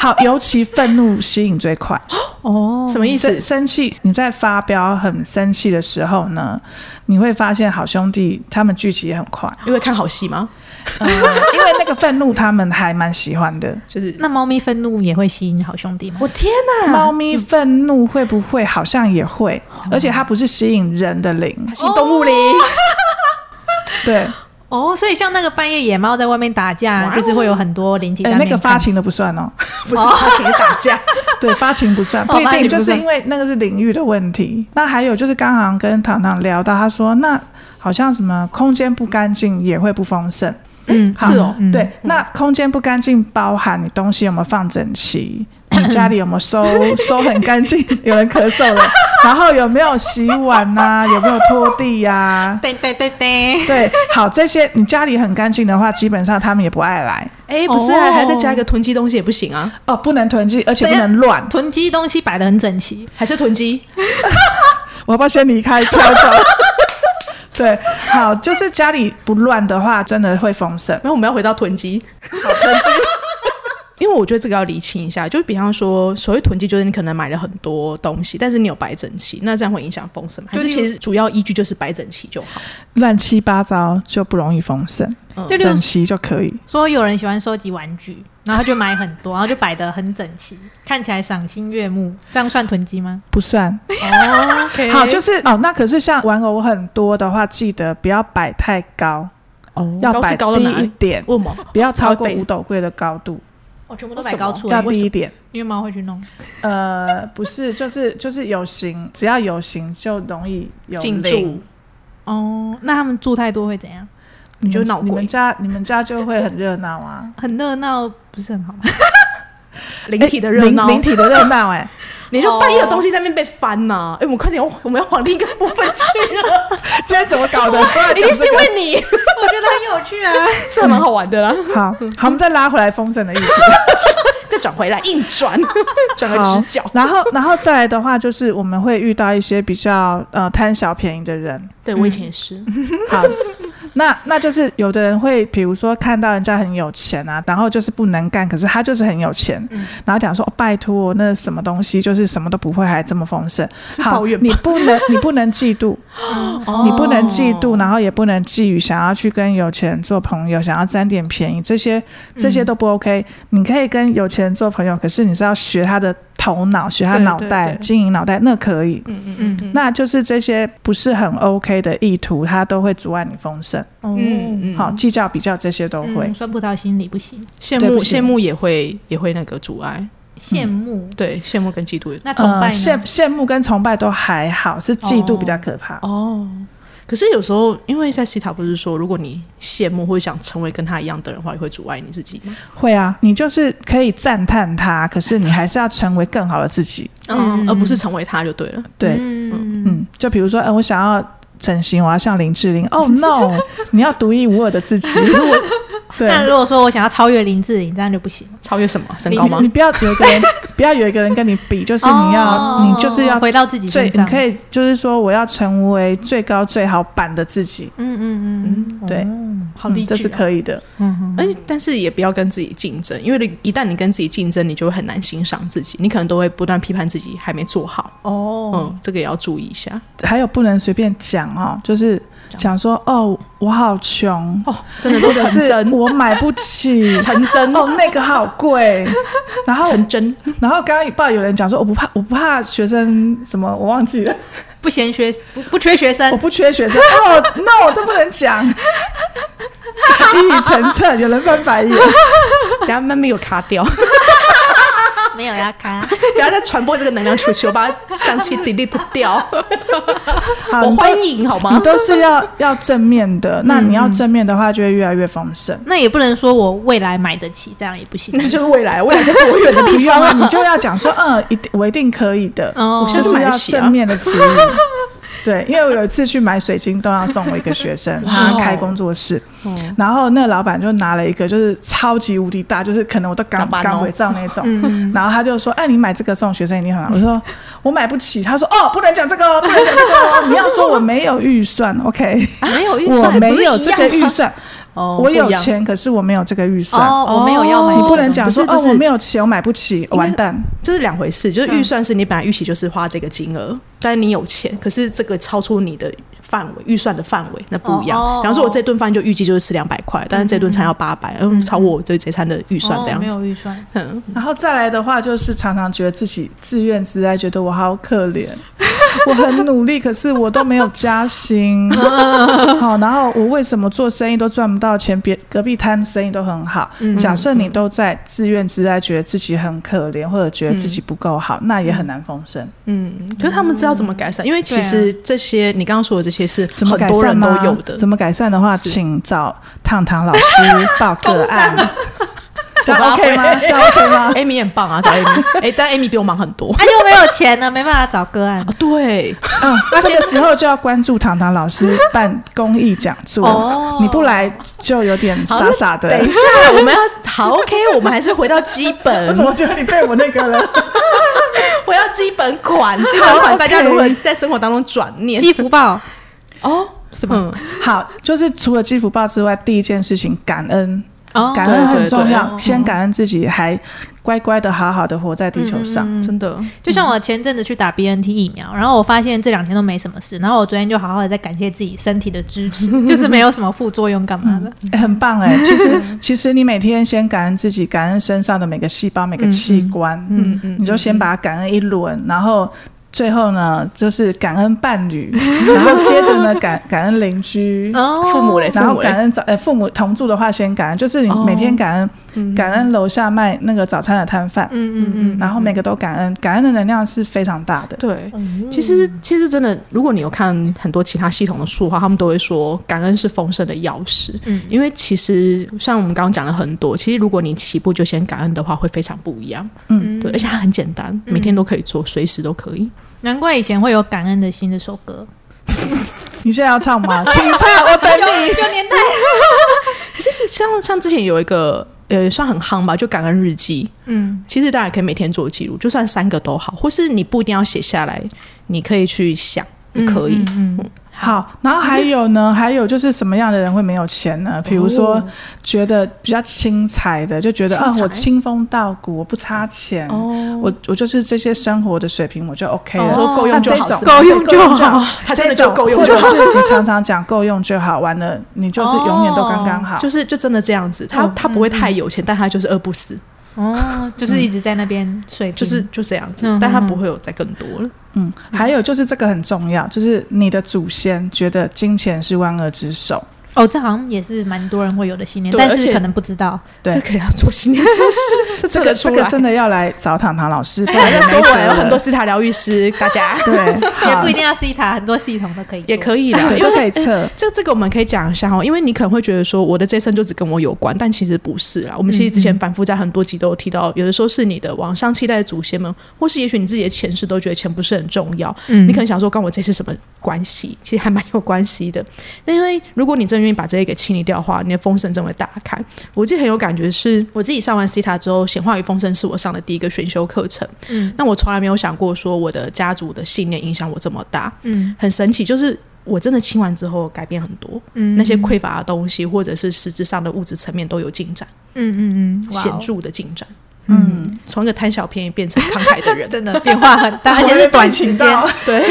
S4: 好，尤其愤怒吸引最快，
S2: 哦
S3: 什么意思
S4: 生？生气，你在发飙很生气的时候呢，你会发现好兄弟他们聚集也很快，
S3: 因为看好戏吗？
S4: 嗯，因为那个愤怒他们还蛮喜欢的。
S3: 就是
S2: 那猫咪愤怒也会吸引好兄弟吗？
S3: 我天 哪，
S4: 猫咪愤怒会不会好像也会，而且它不是吸引人的灵，
S3: 它新动物灵，
S4: 对，
S2: 哦，所以像那个半夜野猫在外面打架，
S3: 哇哦
S2: 就是会有很多灵体在
S4: 哎、
S2: 面
S4: 那个
S2: 看
S4: 发情的不算哦。
S3: 不是他请打 架。
S4: 对，发情不算，
S2: 哦
S4: 不一
S2: 发情
S4: 定，
S2: 不
S4: 就是
S2: 算
S4: 因为那个是领域的问题。那还有就是，刚好跟糖糖聊到，他说那好像什么空间不干净也会不丰盛，
S2: 嗯
S4: 好
S3: 是哦
S2: 嗯
S4: 对，那空间不干净包含你东西有没有放整齐，你家里有没有 收收很干净？有人咳嗽了， 然后有没有洗碗 呐、有没有拖地呀、
S2: 对对对对，
S4: 对，好，这些你家里很干净的话，基本上他们也不爱来
S3: 哎，不是啊，
S2: 哦
S3: 还再加一个囤积东西也不行啊，
S4: 哦，不能囤积，而且
S2: 啊
S4: 不能乱。
S2: 囤积东西摆的很整齐，
S3: 还是囤积。
S4: 我要不要先离开飘走？ 对，好，就是家里不乱的话，真的会丰盛。
S3: 然后我们要回到囤积，
S4: 好，囤积
S3: 因为我觉得这个要厘清一下，就比方说，所谓囤积就是你可能买了很多东西，但是你有摆整齐，那这样会影响丰盛吗？还
S2: 就是例如
S3: 其实主要依据就是摆整齐就好？
S4: 乱七八糟就不容易丰盛，
S3: 嗯
S2: 就例如
S4: 整齐就可以。
S2: 说有人喜欢收集玩具，然后就买很多，然后就摆的很整 齐，看起来赏心悦目，这样算囤积吗？
S4: 不算
S3: 哦，OK，
S4: 好，就是哦，那可是像玩偶很多的话，记得不要摆太高，
S3: 哦
S4: 要
S3: 高
S4: 摆
S3: 是高到
S4: 低
S3: 哪
S4: 一
S3: 里？哦
S4: 点，
S3: 为什么？
S4: 不要超过
S3: 高一倍
S4: 五斗柜的高度，
S2: 我哦全部都摆高处，
S4: 要
S2: 因为
S4: 低一点。
S2: 因为猫会去弄。
S4: 呃，不是，就是就是有形，只要有形就容易有
S3: 进
S4: 灵
S3: 驻。
S2: 哦，那他们住太多会怎样？
S4: 你
S3: 就
S4: 们
S3: 闹
S4: 你
S3: 鬼
S4: 们家你们家就会很热闹啊，
S2: 很热闹不是很 好吗？
S3: 灵体的热
S4: 灵
S3: 闹，
S4: 灵体的热闹哎，
S3: 你就半夜有东西在那边被翻呐、哎、我们快点，我们要往另一个部分去 了，
S4: 今天怎么搞的？突然
S3: 一
S4: 讲
S3: 定
S4: 这
S3: 是
S4: 个
S3: 因为你，
S2: 我觉得很有趣啊。
S3: 是还蛮好玩的啦。
S4: 好，好，我们再拉回来丰盛的意 思。
S3: 再转回来，硬转， 转个
S4: 好
S3: 直角。
S4: 然后然后再来的话，就是我们会遇到一些比较呃贪小便宜的人。
S3: 对我以前也是，
S4: 好，那那就是有的人会，比如说看到人家很有钱啊，然后就是不能干，可是他就是很有钱，
S3: 嗯
S4: 然后讲说、哦、拜托，那什么东西就是什么都不会，还这么丰盛。
S3: 是
S4: 好
S3: 抱怨，
S4: 你
S3: 吧？
S4: 不能你不能嫉妒，
S2: 哦
S3: 哦
S4: 你不能嫉妒，然后也不能觊觎，想要去跟有钱人做朋友，想要占点便宜，这些这些都不 OK。你可以跟有钱人做朋友，可是你是要学他的头脑，学他
S3: 对
S4: 脑
S3: 对
S4: 袋，
S3: 对
S4: 经营脑袋，那可以。
S3: 嗯嗯嗯
S2: 嗯嗯
S4: 那就是这些不是很 OK 的意图，它都会阻碍你丰盛。
S2: 嗯，
S3: 嗯嗯，
S4: 好，计较比较这些都会。
S2: 嗯酸葡萄心理不行，
S3: 羡
S4: 对
S3: 慕
S4: 不起
S3: 羡慕也会也会那个阻碍，
S2: 羡慕
S3: 对，羡慕跟嫉妒也
S2: 那崇拜
S4: 呃、羡
S2: 呢？
S4: 羡慕跟崇拜都还好，是嫉妒比较可怕。
S3: 哦。可是有时候，因为在西塔不是说，如果你羡慕或者想成为跟他一样的人的话，也会阻碍你自己吗？
S4: 会啊，你就是可以赞叹他，可是你还是要成为更好的自己。
S3: 嗯，
S2: 嗯
S3: 而不是成为他就对了。
S4: 对，
S2: 嗯，
S4: 嗯，就比如说，哎、我想要整形，我要像林志玲。哦、no，你 要独一无二的自己。对，
S2: 那如果说我想要超越林志玲，这样就不行了。
S3: 超越什么身
S4: 你
S3: 高吗
S4: 你？不要有一个人，不要有一个人跟你 比，就是你要，
S2: 哦
S4: 你就是要
S2: 回到自己
S4: 最，
S2: 身
S4: 你
S2: 上。
S4: 可以就是说，我要成为最高最好版的自己。
S2: 嗯嗯嗯，
S4: 对，
S2: 好啊
S4: 嗯这是可以的。
S3: 而且，嗯但是也不要跟自己竞争，因为你一旦你跟自己竞争，你就会很难欣赏自己，你可能都会不断批判自己还没做好。
S2: 哦，
S3: 嗯，这个也要注意一下。
S4: 还有不能随便讲哦，就是讲说哦，我好穷，
S3: 哦，真的都
S4: 或者
S3: 成
S4: 是
S3: 真，。
S4: 我买不起
S3: 成真，
S4: 哦，那个好贵，然后
S3: 成 真。
S4: 然后刚刚不知道有人讲说我不怕，我不怕学生什么，我忘记了，
S2: 不嫌学不不缺学
S3: 呃
S4: 我
S2: 生，
S4: 不缺 学生。哦，no，这不能讲， 一语成谶，有人翻白眼。
S3: 等下慢慢有卡 掉，
S2: 没有要啊卡。
S3: 等下再传播这个能量出去，我把它上期 delete 掉。
S4: 好，
S3: 我
S4: 你
S3: 欢
S4: 都
S3: 迎好
S4: 你
S3: 吗？
S4: 都是要要正面 的，那你要正面的话，就会越来越丰盛。
S2: 那也不能说我未来买得起，这样也不行。
S3: 那就是未来，未来在多远的
S4: 不
S3: 地
S4: 用
S3: 方
S4: 啊，
S3: 啊？
S4: 你就要讲说，嗯，一定我一定可以的，
S2: 哦
S4: 就
S3: 我现在就是买
S4: 要
S3: 得起啊
S4: 正面的词语。对，因为我有一次去买水晶豆，要送我一个学 生，他
S3: 哦
S4: 开工作室，然后那老板就拿了一个，就是超级无敌大，就是可能我都刚
S3: 长斑哦
S4: 刚回照那种，
S3: 嗯
S4: 然后他就说，哎，你买这个送学生一定很好。我说我买不起，他说哦，不能讲这个哦，不能讲这个哦，你要说我没有预 算，OK，
S2: 没有预
S4: 我
S2: 算
S4: 没有这个预算，
S3: 啊哦
S4: 我有，钱，可是我没有这个预算。
S2: 哦，我没有要买，
S4: 你不能讲说
S3: 不是
S4: 哦
S3: 不，是
S4: 我没有钱，我买不起，
S3: 该
S4: 完蛋。
S3: 这是两回事。就是
S2: 嗯
S3: 预算是你本来预期就是花这个金额，但你有钱，可是这个超出你的范围，预算的范围，那不一样
S2: 哦哦。
S3: 比方说，我这顿饭就预计就是吃两百块，但是这顿餐要八百，嗯，超过我这这餐的预算这样
S2: 哦没
S3: 子。
S2: 有啊预算。
S3: 嗯，
S4: 然后再来的话，就是常常觉得自己自怨自艾，觉得我好可怜， 我很努力，可是我都没有加 薪。好，然后我为什么做生意都赚不到钱？别隔壁摊生意都很好。
S3: 嗯
S4: 假设你都在自怨自艾，觉得自己很可怜，或者觉得自己不够好，
S3: 嗯
S4: 那也很难丰盛。
S3: 可是他们知道怎么改善，因为其实
S2: 啊
S3: 这些你刚刚说的这些是
S4: 怎么
S3: 很
S4: 改
S3: 多
S4: 善
S3: 人都
S4: 吗
S3: 有的
S4: 怎。么改善的话，请找烫烫老师报个案。这样 OK 吗？这样 OK 吗？
S3: Amy 很棒啊，找 Amy，哎、但 Amy 比我忙很多
S2: 他又没有钱呢，没办法找个案
S4: 哦哎
S3: 啊。 对，
S4: 嗯，这个时候就要关注糖糖老师办公益讲
S2: 哦
S4: 座，你不来就有点
S3: 好
S4: 傻傻的。
S3: 等一下，我们要好 OK，我们还是回到基
S4: 我
S3: 本
S4: 怎，么觉得你被我那个了？
S3: 回到基本款，基本款
S4: 好
S3: 大家如何
S4: OK
S3: 在生活当中转念？
S2: 积福报，
S3: 哦，什么？
S4: 好，就是除了积福报之外，第一件事情感恩，
S2: 哦
S4: 感恩
S3: 对哦
S4: 很
S3: 对
S4: 重
S3: 对
S4: 要。先感恩自己，还乖乖的、好好的活在地球上。
S3: 嗯
S2: 嗯
S3: 真的，
S2: 就
S4: 嗯
S2: 像我前阵子去打 BNT 疫苗，然后我发现这两天都没什么事，然后我昨天就好好的在感谢自己身体的支 持，就是没有什么副作用干嘛的。
S4: 欸 很棒哎、其实其实你每天先感恩自己，感恩身上的每个细胞、每个器官，嗯嗯，你就先把它感恩一轮，然后。最后呢，就是感恩伴侣，然后接着呢，感感恩邻居，
S2: 哦
S3: 父母嘞，父
S4: 然后
S3: 母嘞
S4: 感，恩早呃父母同住的话先感恩，就是你
S3: 哦
S4: 每天感恩，感恩楼下卖那个早餐的摊贩，
S2: 嗯嗯
S4: 然后每个都感恩，感恩的能量是非常大的。
S3: 对。
S2: 嗯，
S3: 其实，其实真的，如果你有看很多其他系统的书的话，他们都会说感恩是丰盛的钥匙。
S2: 嗯
S3: 因为其实像我们刚刚讲了很多，其实如果你起步就先感恩的话，会非常不一样。
S4: 嗯
S3: 对，而且它很简单，每天都可以做，随时都可以。
S2: 难怪以前会有感恩的心这首歌，
S4: 你现在要唱吗？请唱，我等你。
S2: 有年代
S3: 其实像像之前有一个呃算很夯吧，就感恩日记，
S2: 嗯，
S3: 其实大家也可以每天做记录，就算三个都好，或是你不一定要写下来，你可以去想，也可以。
S2: 嗯嗯
S4: 好，然后还有 呢，还有就是什么样的人会没有钱呢？比如说，觉得比较轻财的，就觉得啊，
S3: 哦轻财
S4: 我清风道骨，我不差钱，
S3: 哦
S4: 我我就是这些生活的水平我就 OK
S3: 我
S4: 了。
S3: 说够用就
S4: 那
S3: 好，
S4: 哦这
S3: 是
S4: 种
S3: 吗
S4: 够用就好，
S3: 他真的就够用
S4: 或
S3: 就
S4: 者
S3: 好。
S4: 是你常常讲够用就好，完了你就是永远都刚刚好。
S3: 就是就真的这样子，他
S2: 哦
S3: 他不会太有钱，但他就是饿不死，
S2: 嗯，哦，就是一直在那边水平，
S3: 就是就这样子
S2: 嗯，
S3: 但他
S2: 嗯
S3: 不会有再更多了。
S4: 嗯，还有就是这个很重要，就是你的祖先觉得金钱是万恶之首，
S2: 哦，这好像也是蛮多人会有的信念，
S3: 对
S2: 但
S3: 而
S2: 是
S3: 且
S2: 可能不知道，
S4: 对
S3: 这个要做心理测试， 这
S4: 这
S3: 测
S4: 个
S3: 得
S4: 这
S3: 出来
S4: 个真的要来找糖糖老师。不
S3: 还
S4: 然
S3: 在
S4: 就
S3: 说
S4: 没辙
S3: 我有
S4: 了
S3: 很多斯塔疗愈师，大家
S4: 对，
S2: 也
S4: 好
S2: 不一定要 C 塔，很多系统都可以，
S3: 也可以啦，
S4: 对
S3: 因为
S4: 都可以 测。
S3: 这这个我们可以讲一下哦，因为你可能会觉得说我的这生就只跟我有关，但其实不是啦。我们其实之前反复在很多集都有提到，有的时候是你的往上期待的祖先们，或是也许你自己的前世都觉得钱不是很重要，
S2: 嗯
S3: 你可能想说跟我这是什么关系？其实还蛮有关系的。那因为如果你真的愿意把这些给清理掉的话，你的丰盛真的会打开。我自己很有感觉是，我自己上完 C 塔之后，显化与丰盛是我上的第一个选修课程。
S2: 嗯
S3: 那我从来没有想过说我的家族的信念影响我这么大。
S2: 嗯
S3: 很神奇，就是我真的清完之后改变很多，
S2: 嗯
S3: 那些匮乏的东西或者是实质上的物质层面都有进展，
S2: 嗯嗯嗯，哇哦
S3: 显著的进展。
S4: 嗯，
S3: 从一个贪小便宜变成慷慨的人，
S2: 真的变化很 大，而且是
S4: 我被
S2: 短
S4: 请
S2: 时间
S4: 到，
S3: 对。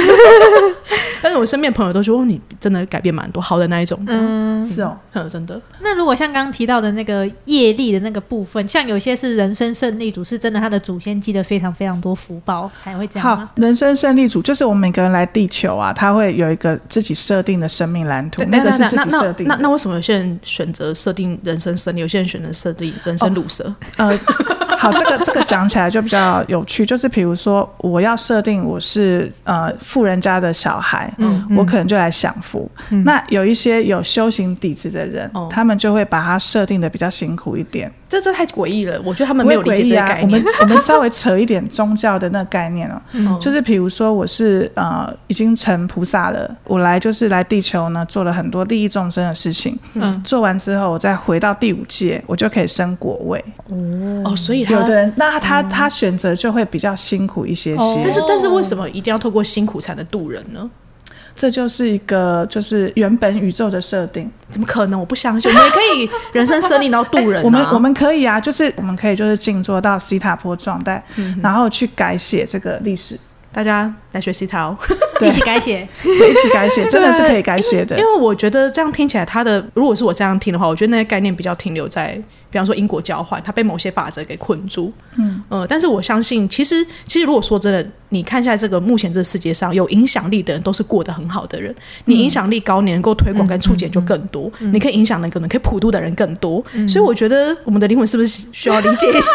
S3: 但是我身边朋友都说，哦，你真的改变蛮多，好的那一种，嗯，
S2: 嗯，
S4: 是哦，
S3: 真的，
S2: 那如果像刚刚提到的那个业力的那个部分，像有些是人生胜利组，是真的他的祖先积了非常非常多福报才会这样
S4: 好
S2: 吗？，
S4: 人生胜利组就是我们每个人来地球啊，他会有一个自己设定的生命蓝图，那个是自
S3: 那
S4: 己设
S3: 那
S4: 定
S3: 那
S4: 的。
S3: 那为什么有些人选择设定人生胜利，有些人选择设定人生乳蛇？
S4: 呃， 好，这个这个讲起来就比较有趣，就是比如说我要设定我是呃富人家的小孩，
S2: 嗯
S4: 我可能就来享福。那有一些有修行底子的人，
S3: 哦
S4: 他们就会把它设定的比较辛苦一点。
S3: 这这太诡异了，我觉得他们
S4: 不
S3: 没
S4: 会
S3: 有理解
S4: 诡
S3: 这
S4: 异
S3: 个
S4: 啊，
S3: 概
S4: 我
S3: 念嗯
S4: 们。我们稍微扯一点宗教的那个概念哦，就是比如说我是呃已经成菩萨了，我来就是来地球呢做了很多利益众生的事情，
S2: 嗯
S4: 做完之后我再回到第五界，我就可以升果位。
S3: 哦，所以
S4: 有
S3: 他
S4: 的人那他、
S3: 嗯
S4: 他选择就会比较辛苦一些些，
S2: 哦
S3: 但是但是为什么一定要透过辛苦才能渡人呢？
S4: 这就是一个就是原本宇宙的设定。
S3: 怎么可能？我不相信，我们也可以人生胜利，然后 渡人、啊
S4: 我们我们可以啊，就是我们可以就是静坐到西塔坡状态，
S3: 嗯
S4: 然后去改写这个历史，
S3: 大家来学习他 哦，
S4: 对
S2: 一起改写，
S4: 对，一起改 写，真的是可以改写的
S3: 啊因。为我觉得这样听起来，他的如果是我这样听的话，我觉得那些概念比较停留在，比方说因果交换，他被某些法则给困住。嗯呃，但是我相信，其实其实如果说真的，你看一下这个目前这个世界上有影响力的人，都是过得很好的人。你影响力高，你能够推广跟触及就更多，你可以影响能可能可以普渡的人更多。所以我觉得我们的灵魂是不是需要理解一下？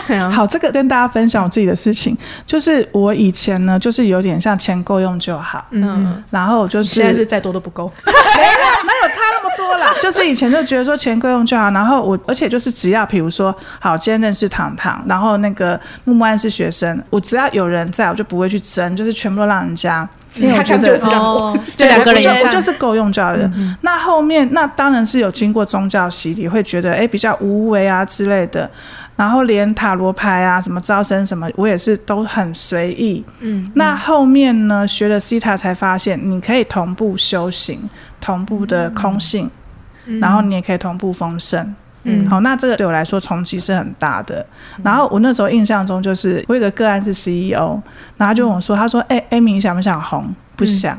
S3: 对啊
S4: 好，这个跟大家分享我自己的事情，就是我以前呢，就是有点像钱够用就好，
S3: 嗯，
S4: 然后就是 哎
S3: 现在是再多都不够。
S4: 没了，哪有差那么多 啦，就是以前就觉得说钱够用就好，然后我而且就是只要比如说，好，今天认识糖糖，然后那个木木安是学生，我只要有人在，我就不会去争，就是全部都让人家，因为我觉
S3: 看
S4: 得
S3: 就是这样
S2: 哦，
S4: 对，
S2: 就两个人嗯以
S4: 我就
S2: 上，
S4: 我就是够用就好了。那后面那当然是有经过宗教洗礼，会觉得哎比较无为啊之类的，然后连塔罗牌啊什么招生什么，我也是都很随意。
S2: 嗯，
S4: 那后面呢，学了西塔才发现，你可以同步修行，同步的空性，
S2: 嗯
S4: 然后你也可以同步丰盛。
S2: 嗯
S4: 好，那这个对我来说冲击是很大的。然后我那时候印象中就是，我有个个案是 CEO，然后他就问我
S2: 嗯
S4: 说，他说：“哎、a m y 你想不想红？”不想。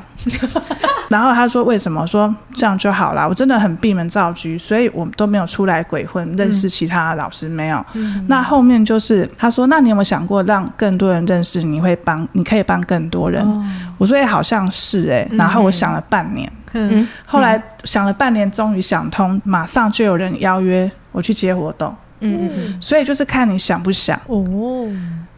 S4: 然后他说：“为什么？”我说这样就好啦，我真的很闭门造车，所以我都没有出来鬼混，认识其他老师没有。
S2: 嗯
S4: 那后面就是他说：“那你有没有想过让更多人认识你？会帮你可以帮更多人？”
S2: 哦
S4: 我说：“哎、好像是哎、然后我想了半年。
S2: 嗯
S4: 后来想了半年，终于想通，马上就有人邀约我去接活动。
S2: 嗯嗯
S4: 所以就是看你想不想，
S2: 哦，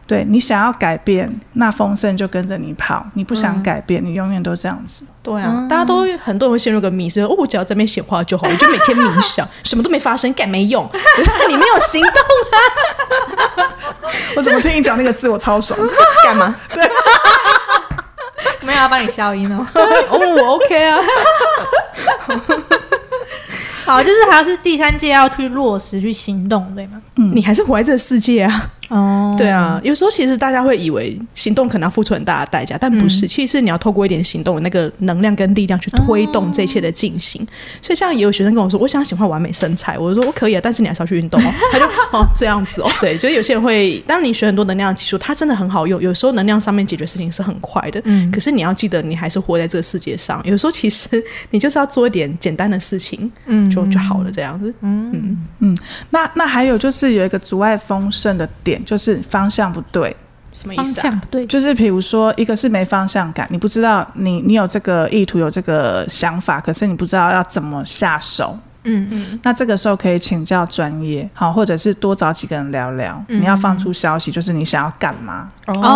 S4: 对你想要改变，那丰盛就跟着你跑；你不
S2: 嗯
S4: 想改变，你永远都这样子。
S3: 对啊，大家都很多人会陷入个迷失，哦，我只要在那边显化就好，我就每天冥想， 什么都没发生，干没用， 可是你没有行动，
S4: 我怎么听你讲那个字，我超爽。
S3: 干嘛？
S2: 没有要帮你消音哦。
S3: 哦，我 OK 啊，
S2: 好，就是还是第三届要去落实去行动，对吗？
S3: 嗯你还是活在这个世界啊。
S2: 哦，
S3: 对啊，有时候其实大家会以为行动可能要付出很大的代价，但不是，其实是你要透过一点行动的那个能量跟力量去推动这一切的进行。所以像也有学生跟我说，我想喜欢完美身材，我就说我可以啊，但是你还是要去运动哦。 他就哦这样子哦， 对，就是有些人会，当然你学很多能量的技术，它真的很好用，有时候能量上面解决事情是很快的，嗯，可是你要记得你还是活在这个世界上，有时候其实你就是要做一点简单的事情，嗯，就就好了这样子，嗯
S4: 那那还有就是有一个阻碍丰盛的点，就是方向不对。
S3: 什么意
S2: 方
S3: 思啊？
S2: 向不对，
S4: 就是比如说，一个是没方向感，你不知道你你有这个意图，有这个想法，可是你不知道要怎么下手。
S2: 嗯
S4: 嗯，那这个时候可以请教专业，好，或者是多找几个人聊聊。你要放出消息，就是你想要干嘛。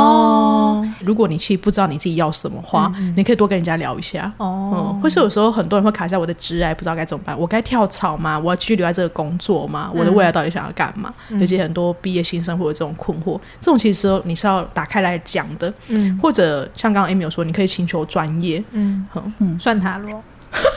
S2: 哦
S3: 如果你其实不知道你自己要什么话，你可以多跟人家聊一下。
S2: 哦，
S3: 嗯，或是有时候很多人会卡在我的职癌，不知道该怎么办。我该跳槽吗？我要继续留在这个工作吗？我的未来到底想要干嘛？尤其很多毕业新生会有这种困惑，这种其实你是要打开来讲的。
S2: 嗯
S3: 或者像刚刚 Amy 有说，你可以请求专业。
S2: 嗯
S3: 好
S2: 嗯，算塔罗，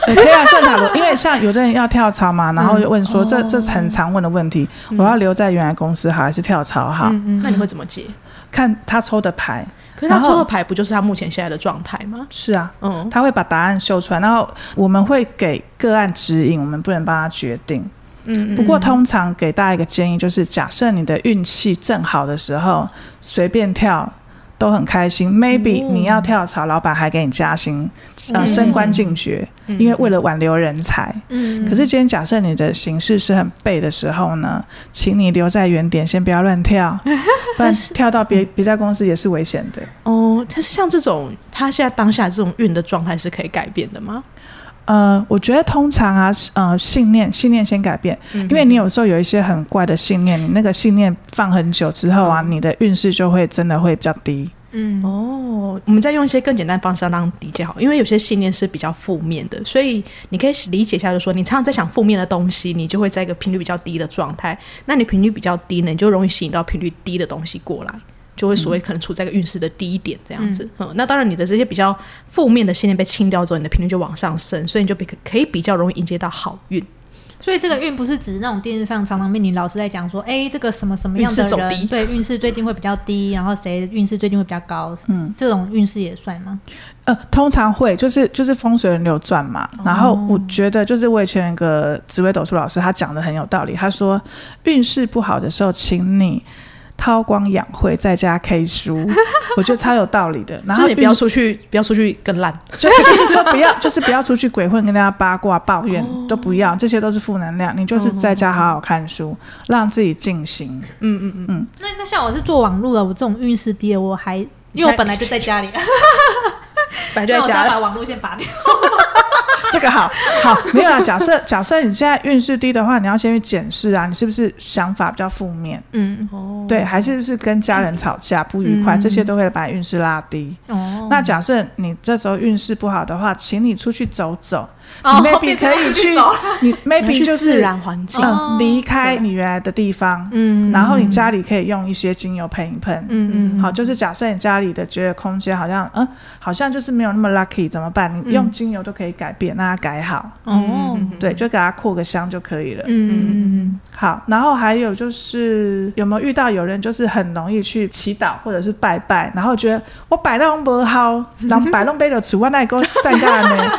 S4: 对可以啊，算塔罗，因为像有的人要跳槽嘛，然后就问说，这这很常问的问题，我要留在原来公司好，还是跳槽好？
S2: 嗯
S3: 那你会怎么解？
S4: 看他抽的牌，
S3: 嗯可是他
S4: 然后
S3: 抽的牌不就是他目前现在的状态吗？
S4: 是啊，
S3: 嗯，
S4: 他会把答案秀出来，然后我们会给个案指引，我们不能帮他决定。
S3: 嗯
S4: 不过通常给大家一个建议，就是假设你的运气正好的时候，随便跳都很开心。Maybe 你要跳槽，老板还给你加薪，呃，升官进爵，因为为了挽留人才。
S2: 嗯
S4: 可是今天假设你的形势是很背的时候呢，请你留在原点，先不要乱跳，不然跳到别别家公司也是危险的。
S3: 哦，但是像这种他现在当下这种运的状态是可以改变的吗？
S4: 呃，我觉得通常啊，呃，信念信念先改变，因为你有时候有一些很怪的信念，你那个信念放很久之后啊，你的运势就会真的会比较低。
S2: 嗯
S3: 哦，我们再用一些更简单的方式让理解好，因为有些信念是比较负面的，所以你可以理解一下，就是说你常常在想负面的东西，你就会在一个频率比较低的状态。那你频率比较低呢，你就容易吸引到频率低的东西过来，就会所谓可能处在一个运势的低点这样子。嗯那当然你的这些比较负面的信念被清掉之后，你的频率就往上升，所以你就比可以比较容易迎接到好运。
S2: 所以这个运不是指那种电视上常常被你老师在讲说，哎，这个什么什么样的
S3: 运势走
S2: 人，
S3: 低
S2: 对，运势最近会比较低，然后谁运势最近会比较高，嗯，这种运势也算吗？
S4: 呃，通常会就是就是风水轮流转嘛。然后我觉得就是我以前有一个紫微斗数老师，他讲的很有道理。他说运势不好的时候，请你韬光养晦，在家 K 书，我觉得超有道理的。然
S3: 就
S4: 后
S3: 是你不要
S4: 运势
S3: 出去，不要出去 跟烂。
S4: 就就是说不要， 就是不要出去鬼混，跟大家八卦抱怨、都不要，这些都是负能量。你就是在家好好看书，让自己静心。
S2: 那那像我是做网络的，我这种运势低的，我还因为我本来就在家里，
S3: 摆
S2: 那
S3: 在
S2: 我再
S3: 家
S2: 把网络先拔掉。
S4: 这个好好没有啊？假设假设你现在运势低的话，你要先去检视啊，你是不是想法比较负面？
S2: 嗯，
S4: 对，还是不是跟家人吵架不愉快？这些都会把运势拉低。
S2: 哦，
S4: 那假设你这时候运势不好的话，请你出去走走，你
S2: 哦
S4: maybe 可以去，你
S3: 你要
S4: maybe
S3: 去
S4: 就
S3: 自
S4: 是
S3: 然环境。
S2: 哦
S4: 嗯离开你原来的地方，
S2: 嗯
S4: 然后你家里可以用一些精油喷一喷，
S2: 嗯嗯，
S4: 好，就是假设你家里的觉得空间好像，嗯，好像就是没有那么 lucky，怎么办？
S2: 嗯
S4: 你用精油都可以改变，那它改好，
S2: 哦，
S4: 对，就给它扩个香就可以了。
S2: 嗯嗯
S4: 好，然后还有就是有没有遇到有人就是很容易去祈祷或者是拜拜，然后觉得我摆弄 不好，然后摆弄杯的厨，我那个散干呢？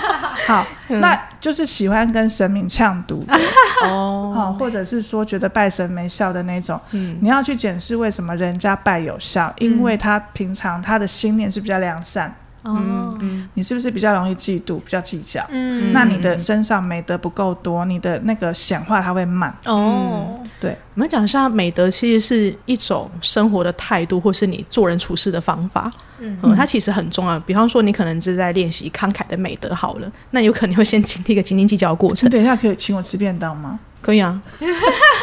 S4: 好，
S2: 嗯
S4: 那就是喜欢跟神明呛赌的，
S3: 哦，
S4: 哦，或者是说觉得拜神没效的那种，
S3: 嗯，
S4: 你要去检视为什么人家拜有效，因为他平常他的心念是比较良善，
S2: 嗯哦，
S4: 你是不是比较容易嫉妒，比较计较？
S2: 嗯
S4: 那你的身上美德不够多，你的那个显化它会慢。
S2: 哦，
S4: 对，
S3: 我们讲一下美德，其实是一种生活的态度，或是你做人处事的方法。
S2: 嗯
S3: 嗯，它其实很重要。比方说，你可能是在练习慷慨的美德好了，那有可能会先经历一个斤斤计较的过
S4: 你
S3: 程。
S4: 等一下可以请我吃便当吗？
S3: 可以啊，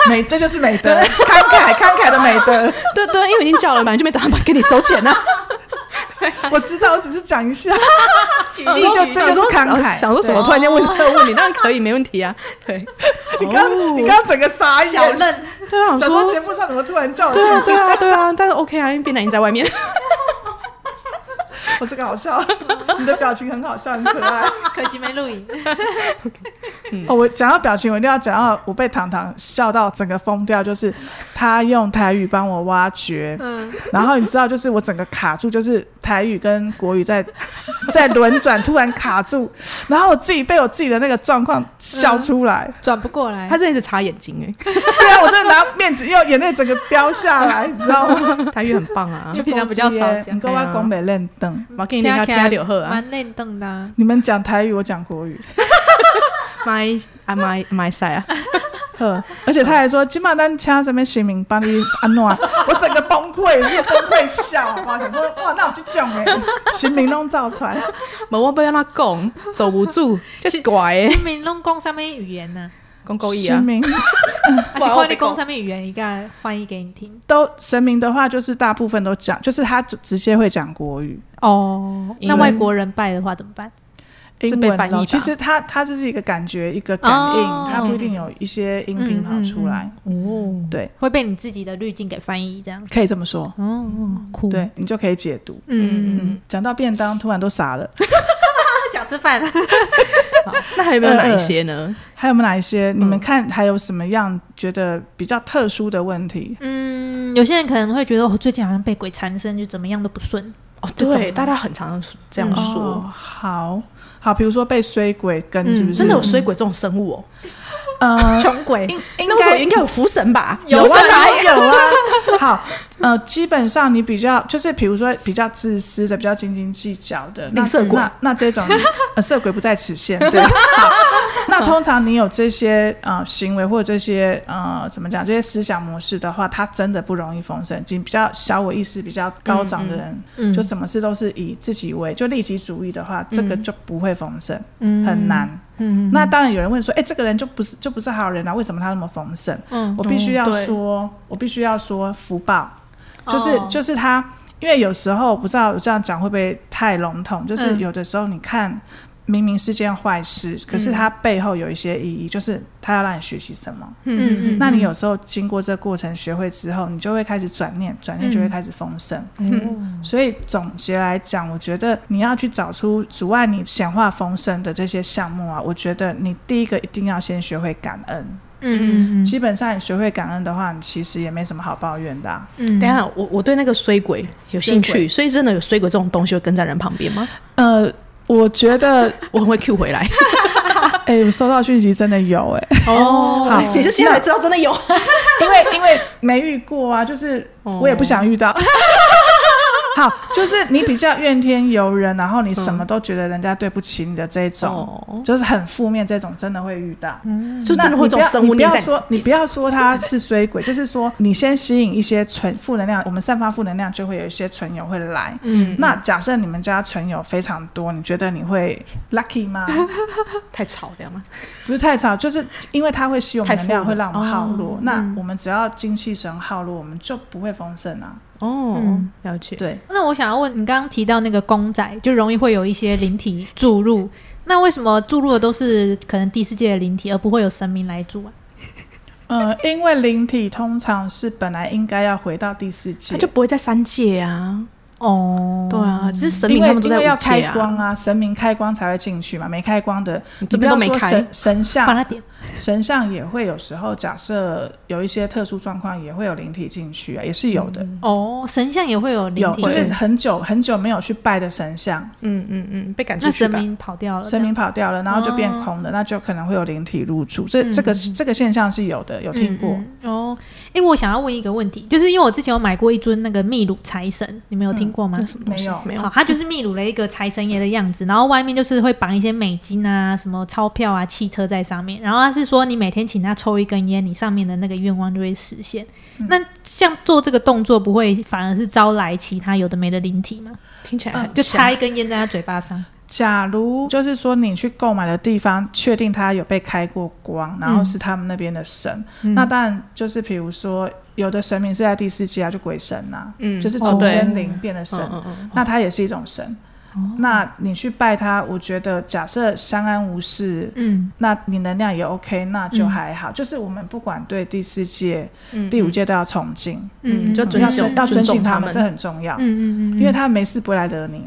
S4: 美，这就是美德，慷慨慷慨的美德。
S3: 对对，因为已经叫了嘛，你就没打算给你收钱呐、 啊。
S4: 我知道，我只是讲一下。
S3: 哦
S4: 这就这就是慷慨
S3: 想说什么？
S4: 对
S3: 突然 间问这个问题，当然哦可以，没问题啊。对，
S4: 你刚你刚整个傻眼，
S2: 小嫩，
S3: 对啊，我
S4: 想说
S3: 说
S4: 节目上怎么突然叫我
S3: 对啊，
S4: 这
S3: 对
S4: 个？
S3: 啊，对啊，但是 OK 啊，因为冰奶已经在外 面。
S4: 我这个好笑，你的表情很好笑，很可爱。
S2: 可惜没录影。
S4: 哦，我讲到表情，我一定要讲到我被糖糖笑到整个疯掉，就是他用台语帮我挖掘，
S2: 嗯，
S4: 然后你知道，就是我整个卡住，就是台语跟国语在在轮转，突然卡住，然后我自己被我自己的那个状况
S2: 嗯
S4: 笑出来，
S2: 转不过来
S3: 他。真的一直擦眼睛哎、
S4: 对啊，我真的拿面子又眼泪整个飙下来，你知道吗？
S3: 欸，台语很棒 啊。
S2: 就平常比较少讲哎
S4: 你跟我讲北练灯，
S3: 我给你听听就好啊。
S2: 蛮练凳的啊。
S4: 你们讲台语，我讲国语，
S3: My 啊 My My 赛啊，
S4: 呵， 而且他还说金马丹掐什么姓名帮你安诺，啊 我整个崩溃，那个崩溃笑，好不好？想说哇，那我就讲 哎，姓名弄造出来，
S3: 无我不要那讲，走不 住就怪诶，
S2: 新民拢讲什么语言呢？
S3: 讲故意
S4: 姓
S3: 啊。
S4: 名
S2: 还是快点讲什么语言？一个翻译给你听。
S4: 都神明的话，就是大部分都讲，就是他直直接会讲国语、
S2: 哦，
S3: 英
S2: 那
S3: 文
S2: 外国人拜的话怎么办？
S3: 是
S4: 英
S3: 被
S4: 文
S3: 翻译
S4: 咯
S3: 吧
S4: 其实他他这是一个感觉，一个感应，
S2: 哦
S4: 他不一定有一些音频跑出来，
S3: 哦，
S4: 对，
S2: 会被你自己的滤镜给翻译这样。
S4: 可以这么说，
S2: 哦，酷。
S4: 对你就可以解读。
S2: 嗯，嗯，嗯
S4: 嗯，讲到便当，突然都傻了。
S2: 他想吃饭。啊
S3: 那还有没有哪一些呢？
S4: 还有没有哪一些？你们看还有什么样觉得比较特殊的问题？
S2: 嗯，有些人可能会觉得哦我最近好像被鬼缠身，就怎么样都不顺。
S3: 哦，
S2: 这种
S3: 对，大家很常这样
S4: 哦
S3: 说，
S4: 好好，比如说被衰鬼跟
S2: 嗯
S4: 是不是？
S3: 真的有水鬼这种生物哦。
S4: 呃，
S2: 穷鬼
S4: 应应
S3: 那为什么
S4: 该
S3: 应嗯该有福神吧？
S4: 有啊，
S3: 神
S4: 哪有啊？好，呃，基本上你比较就是，比如说比较自私的、比较斤斤计较的，那
S3: 吝啬鬼
S4: 那那这种呃色鬼不在此限。对，好，那通常你有这些呃行为或者这些呃怎么讲这些思想模式的话，他真的不容易丰盛。你比较小我意识比较高涨的人，
S2: 嗯
S4: 就什么事都是以自己为就利己主义的话，这个就不会丰盛，
S2: 嗯
S4: 很难。
S2: 嗯
S4: 那当然有人问说，哎、这个人就不是就不是好人啊？为什么他那么丰盛？
S2: 嗯
S4: 我必须要
S3: 哦对
S4: 说，我必须要说福报，就是、
S2: 哦
S4: 就是他，因为有时候不知道我这样讲会不会太笼统，就是
S2: 嗯
S4: 有的时候你看。明明是件坏事，可
S2: 嗯
S4: 是它背后有一些意义，就是它要让你学习什么。
S2: 嗯嗯
S4: 那你有时候经过这个过程学会之后，你就会开始转念，转念就会
S2: 嗯
S4: 开始丰盛。
S2: 嗯
S4: 所以总结来讲，我觉得你要去找出阻碍你显化丰盛的这些项目啊，我觉得你第一个一定要先学会感恩。
S2: 嗯
S4: 基本上你学会感恩的话，你其实也没什么好抱怨的、啊。
S2: 嗯
S3: 等一下，我我对那个衰鬼有兴
S4: 衰
S3: 趣，所以真的有衰鬼这种东西会跟在人旁边吗？
S4: 呃，我觉 得，
S3: 我很会 Q 回 来。
S4: 哎、我收到讯息真的有哎、
S2: 哦
S4: 好
S3: 你是现在才知道真的有？
S4: 因为因为没遇过啊，就是我也不想遇到。
S3: 哦
S4: 好，就是你比较怨天尤人，然后你什么都觉得人家对不起你的这种，
S3: 哦嗯
S4: 就是很负面，这种真的会遇到。
S3: 就真的会有这种生物
S4: 你不
S3: 念
S4: 要
S3: 在。
S4: 说你不要说它是衰鬼， 就是说你先吸引一些纯负能量，我们散发负能量就会有一些纯友会来。
S3: 嗯，
S4: 那假设你们家纯友非常多，你觉得你会 lucky 吗？
S3: 太吵这样吗？
S4: 不是太吵，就是因为它会吸我们能量，
S3: 太负
S4: 会
S3: 了
S4: 让我们耗落。那我们只要精气神耗落，我们就不会丰盛啊。
S3: 哦，
S2: 嗯
S3: 了解。
S4: 对，
S2: 那我想要问你，刚刚提到那个公仔，就容易会有一些灵体注入，那为什么注入的都是可能第四界的灵体，而不会有神明来住啊？
S4: 呃，因为灵体通常是本来应该要回到第四
S3: 他
S4: 界
S3: 就，不会在三界啊，
S2: 哦，
S3: 对啊，只是神
S4: 因
S3: 明
S4: 为
S3: 他们都
S4: 因
S3: 在
S4: 为要
S3: 五
S4: 开
S3: 界
S4: 光
S3: 啊，
S4: 啊，神明开光才会进去嘛，没开光的，
S3: 你
S4: 你不
S3: 这边
S4: 要
S3: 都没
S4: 说
S3: 开
S4: 神，神
S2: 帮
S4: 像，
S2: 他点，
S4: 神像也会有时候，假设有一些特殊状况，也会有灵体进去啊，也是有的。
S3: 嗯
S2: 哦，神像也会有灵
S4: 有，
S2: 体，
S4: 就是很久很久没有去拜的神像，
S3: 嗯嗯嗯，被赶出
S2: 那
S3: 去
S2: 神
S3: 吧。
S2: 明跑掉了，
S4: 神明跑掉了，然后就
S3: 哦
S4: 变空了，那就可能会有灵体入住。
S3: 嗯
S4: 这、这个是这个现象是有的，有听过。
S2: 嗯嗯哦。哎，我想要问一个问题，就是因为我之前有买过一尊那个秘鲁财神，你们有听过吗？
S3: 那什么东西
S4: 没有
S3: 没有
S2: 好，它就是秘鲁的一个财神爷的样子，然后外面就是会绑一些美金啊、什么钞票啊、汽车在上面。然后他是说，你每天请他抽一根烟，你上面的那个愿望就会实现。
S3: 嗯
S2: 那像做这个动作，不会反而是招来其他有的没的灵体吗？
S3: 听起来
S4: 嗯
S3: 很
S2: 就
S3: 像
S2: 插一根烟在他嘴巴上，
S4: 假如就是说你去购买的地方，确定它有被开过
S3: 嗯
S4: 光，然后是他们那边的神，那当然就是比如说有的神明是在第四界啊，就鬼神呐、
S3: 嗯
S4: 就是
S3: 哦
S4: 祖
S3: 对
S4: 先灵变的神，
S3: 嗯嗯嗯，哦
S4: 那它也是一种神。那你去拜它，我觉得假设相安无事，
S2: 嗯，
S4: 那你能量也 OK，那就还好。就是我们不管对第四界、
S3: 嗯
S4: 第五界都要崇敬，
S3: 嗯，
S2: 嗯
S3: 就
S2: 嗯
S3: 尊
S4: 要
S3: 敬
S4: 要尊敬
S3: 敬
S4: 他
S3: 们，
S4: 这很重要，
S2: 嗯嗯嗯，
S4: 因为他没事不会来惹你。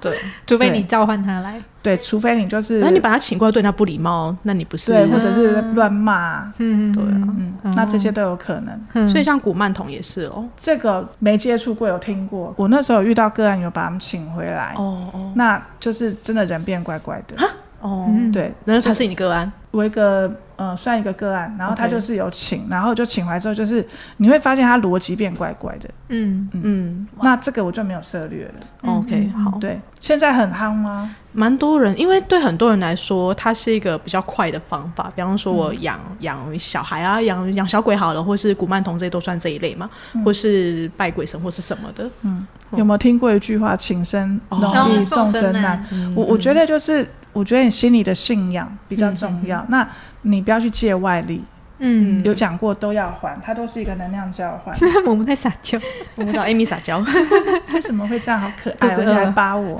S3: 对。
S2: 除非
S4: 对
S2: 你召唤他来，
S4: 对，除非你就是
S3: 然后你把他请过来，对他不礼貌，那你不是啊
S4: 对，或者是乱骂，
S2: 嗯，
S3: 对啊
S4: 嗯
S2: 哦，
S4: 那这些都有可能。
S2: 嗯
S3: 所以像古曼童也是哦，
S4: 这个没接触过，有听过。我那时候有遇到个案，有把他们请回来，
S3: 哦哦
S4: 那就是真的人变怪怪的。
S3: 哦，
S2: 嗯
S4: 对，
S3: 然后他是你个案，
S4: 我一个呃算一个个案，然后他
S3: OK
S4: 就是有请，然后就请回来之后，就是你会发现他逻辑变怪怪的。
S2: 嗯，
S3: 嗯哦
S4: 那这个我就没有涉略了。
S2: 嗯
S3: ，OK，好，
S4: 对，现在很夯吗？
S3: 蛮多人，因为对很多人来说，它是一个比较快的方法。比方说，我养、养小孩啊，养养小鬼好了，或是古曼童这些都算这一类嘛，或是拜鬼神或是什么的。嗯
S4: 有没有听过一句话“请生容易
S2: 哦嗯
S4: 送
S2: 送
S4: 生
S2: 生
S4: 难
S2: 难”？
S4: 我我觉得就是，我觉得你心里的信仰比较重要。那你不要去借外力，
S2: 嗯，
S4: 有讲过都要还，它都是一个能量交换。
S2: 我们在撒 娇，
S3: 我不知道 Amy 撒 娇在
S4: 为什么会这样？好可
S2: 肚
S4: 爱哦，而
S2: 子饿
S4: 且
S2: 了
S4: 还 扒我，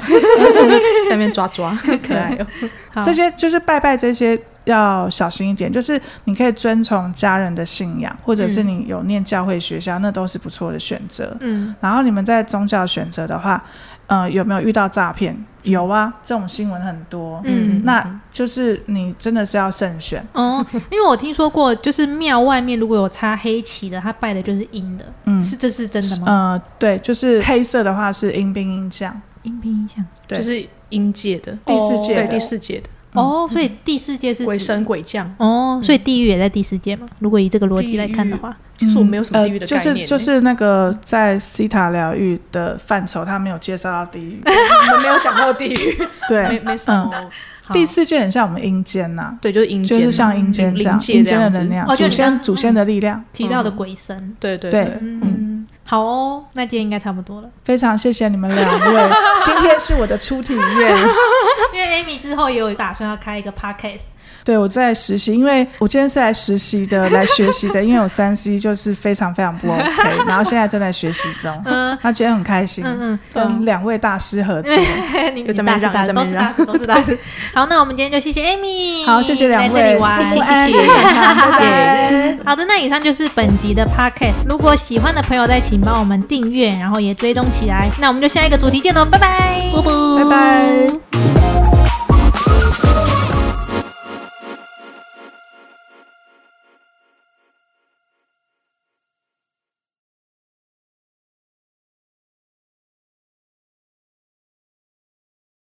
S3: 那边抓抓，
S4: 可爱哦。
S2: 好
S4: 这些就是拜拜，这些要小心一点。就是你可以遵从家人的信仰，或者是你有念教会学校，那都是不错的选择。
S2: 嗯
S4: 然后你们在宗教选择的话，呃，有没有遇到诈骗？
S3: 嗯
S4: 有啊，这种新闻很多。
S2: 嗯
S4: 那就是你真的是要慎选，
S2: 哦，因为我听说过，就是庙外面如果有插黑旗的，他拜的就是阴的，
S4: 嗯
S2: 是这是真的吗？
S4: 呃，对，就是黑色的话是阴兵阴将，
S2: 阴兵阴相
S4: 对
S3: 就是阴界的，哦
S4: 第四界
S3: 对
S4: 的
S3: 第四界的
S2: 哦，所以第四界是
S3: 鬼
S2: 指
S3: 神鬼将。
S2: 哦，所以地狱也在第四界嘛？如果以这个逻
S3: 地
S2: 辑来看的
S3: 狱
S2: 话，
S3: 其实我没有什么地狱的
S4: 呃，就
S3: 概念、
S4: 是就是那个在西塔疗愈的范畴，他没有介绍到地 狱。
S3: 我们没有讲到地狱，没
S4: 对，
S3: 没什么。
S2: 好
S4: 第四界很像我们阴间呐，
S3: 对，就是阴
S4: 就
S3: 间嘛，
S4: 是像阴间
S3: 灵
S4: 这样，阴
S3: 灵界这
S4: 间的
S3: 样子
S4: 能。量
S2: 哦，就
S4: 祖
S2: 你刚
S4: 先祖先的力 量。
S2: 提到的鬼神，
S3: 对对
S4: 对
S3: 对，
S2: 嗯，好哦，那今天应该差不多了，
S4: 非常谢谢你们两位，今天是我的初体验。
S2: 因为 Amy 之后也有打算要开一个 podcast，
S4: 对我在实习，因为我今天是来实习的，来学习 的，因为我三 C 就是非常非常不 OK，然后现在正在学习中。
S2: 嗯
S4: 那今天很开心，
S2: 嗯
S4: 跟两位大师合作。
S2: 嗯，你
S3: 又在
S2: 你大
S3: 那边
S2: 师
S3: 让
S2: 大师
S3: 又在
S2: 都是大师都
S3: 那边
S2: 是大 师，好，那我们今天就谢谢 Amy，
S4: 好，谢谢两
S2: 来这
S4: 位，
S2: 里玩，
S4: 午安，拜拜。
S2: 好的，那以上就是本集的 podcast。如果喜欢的朋友再请帮我们订阅，然后也追踪起来。那我们就下一个主题见喽，拜拜，
S4: 拜拜。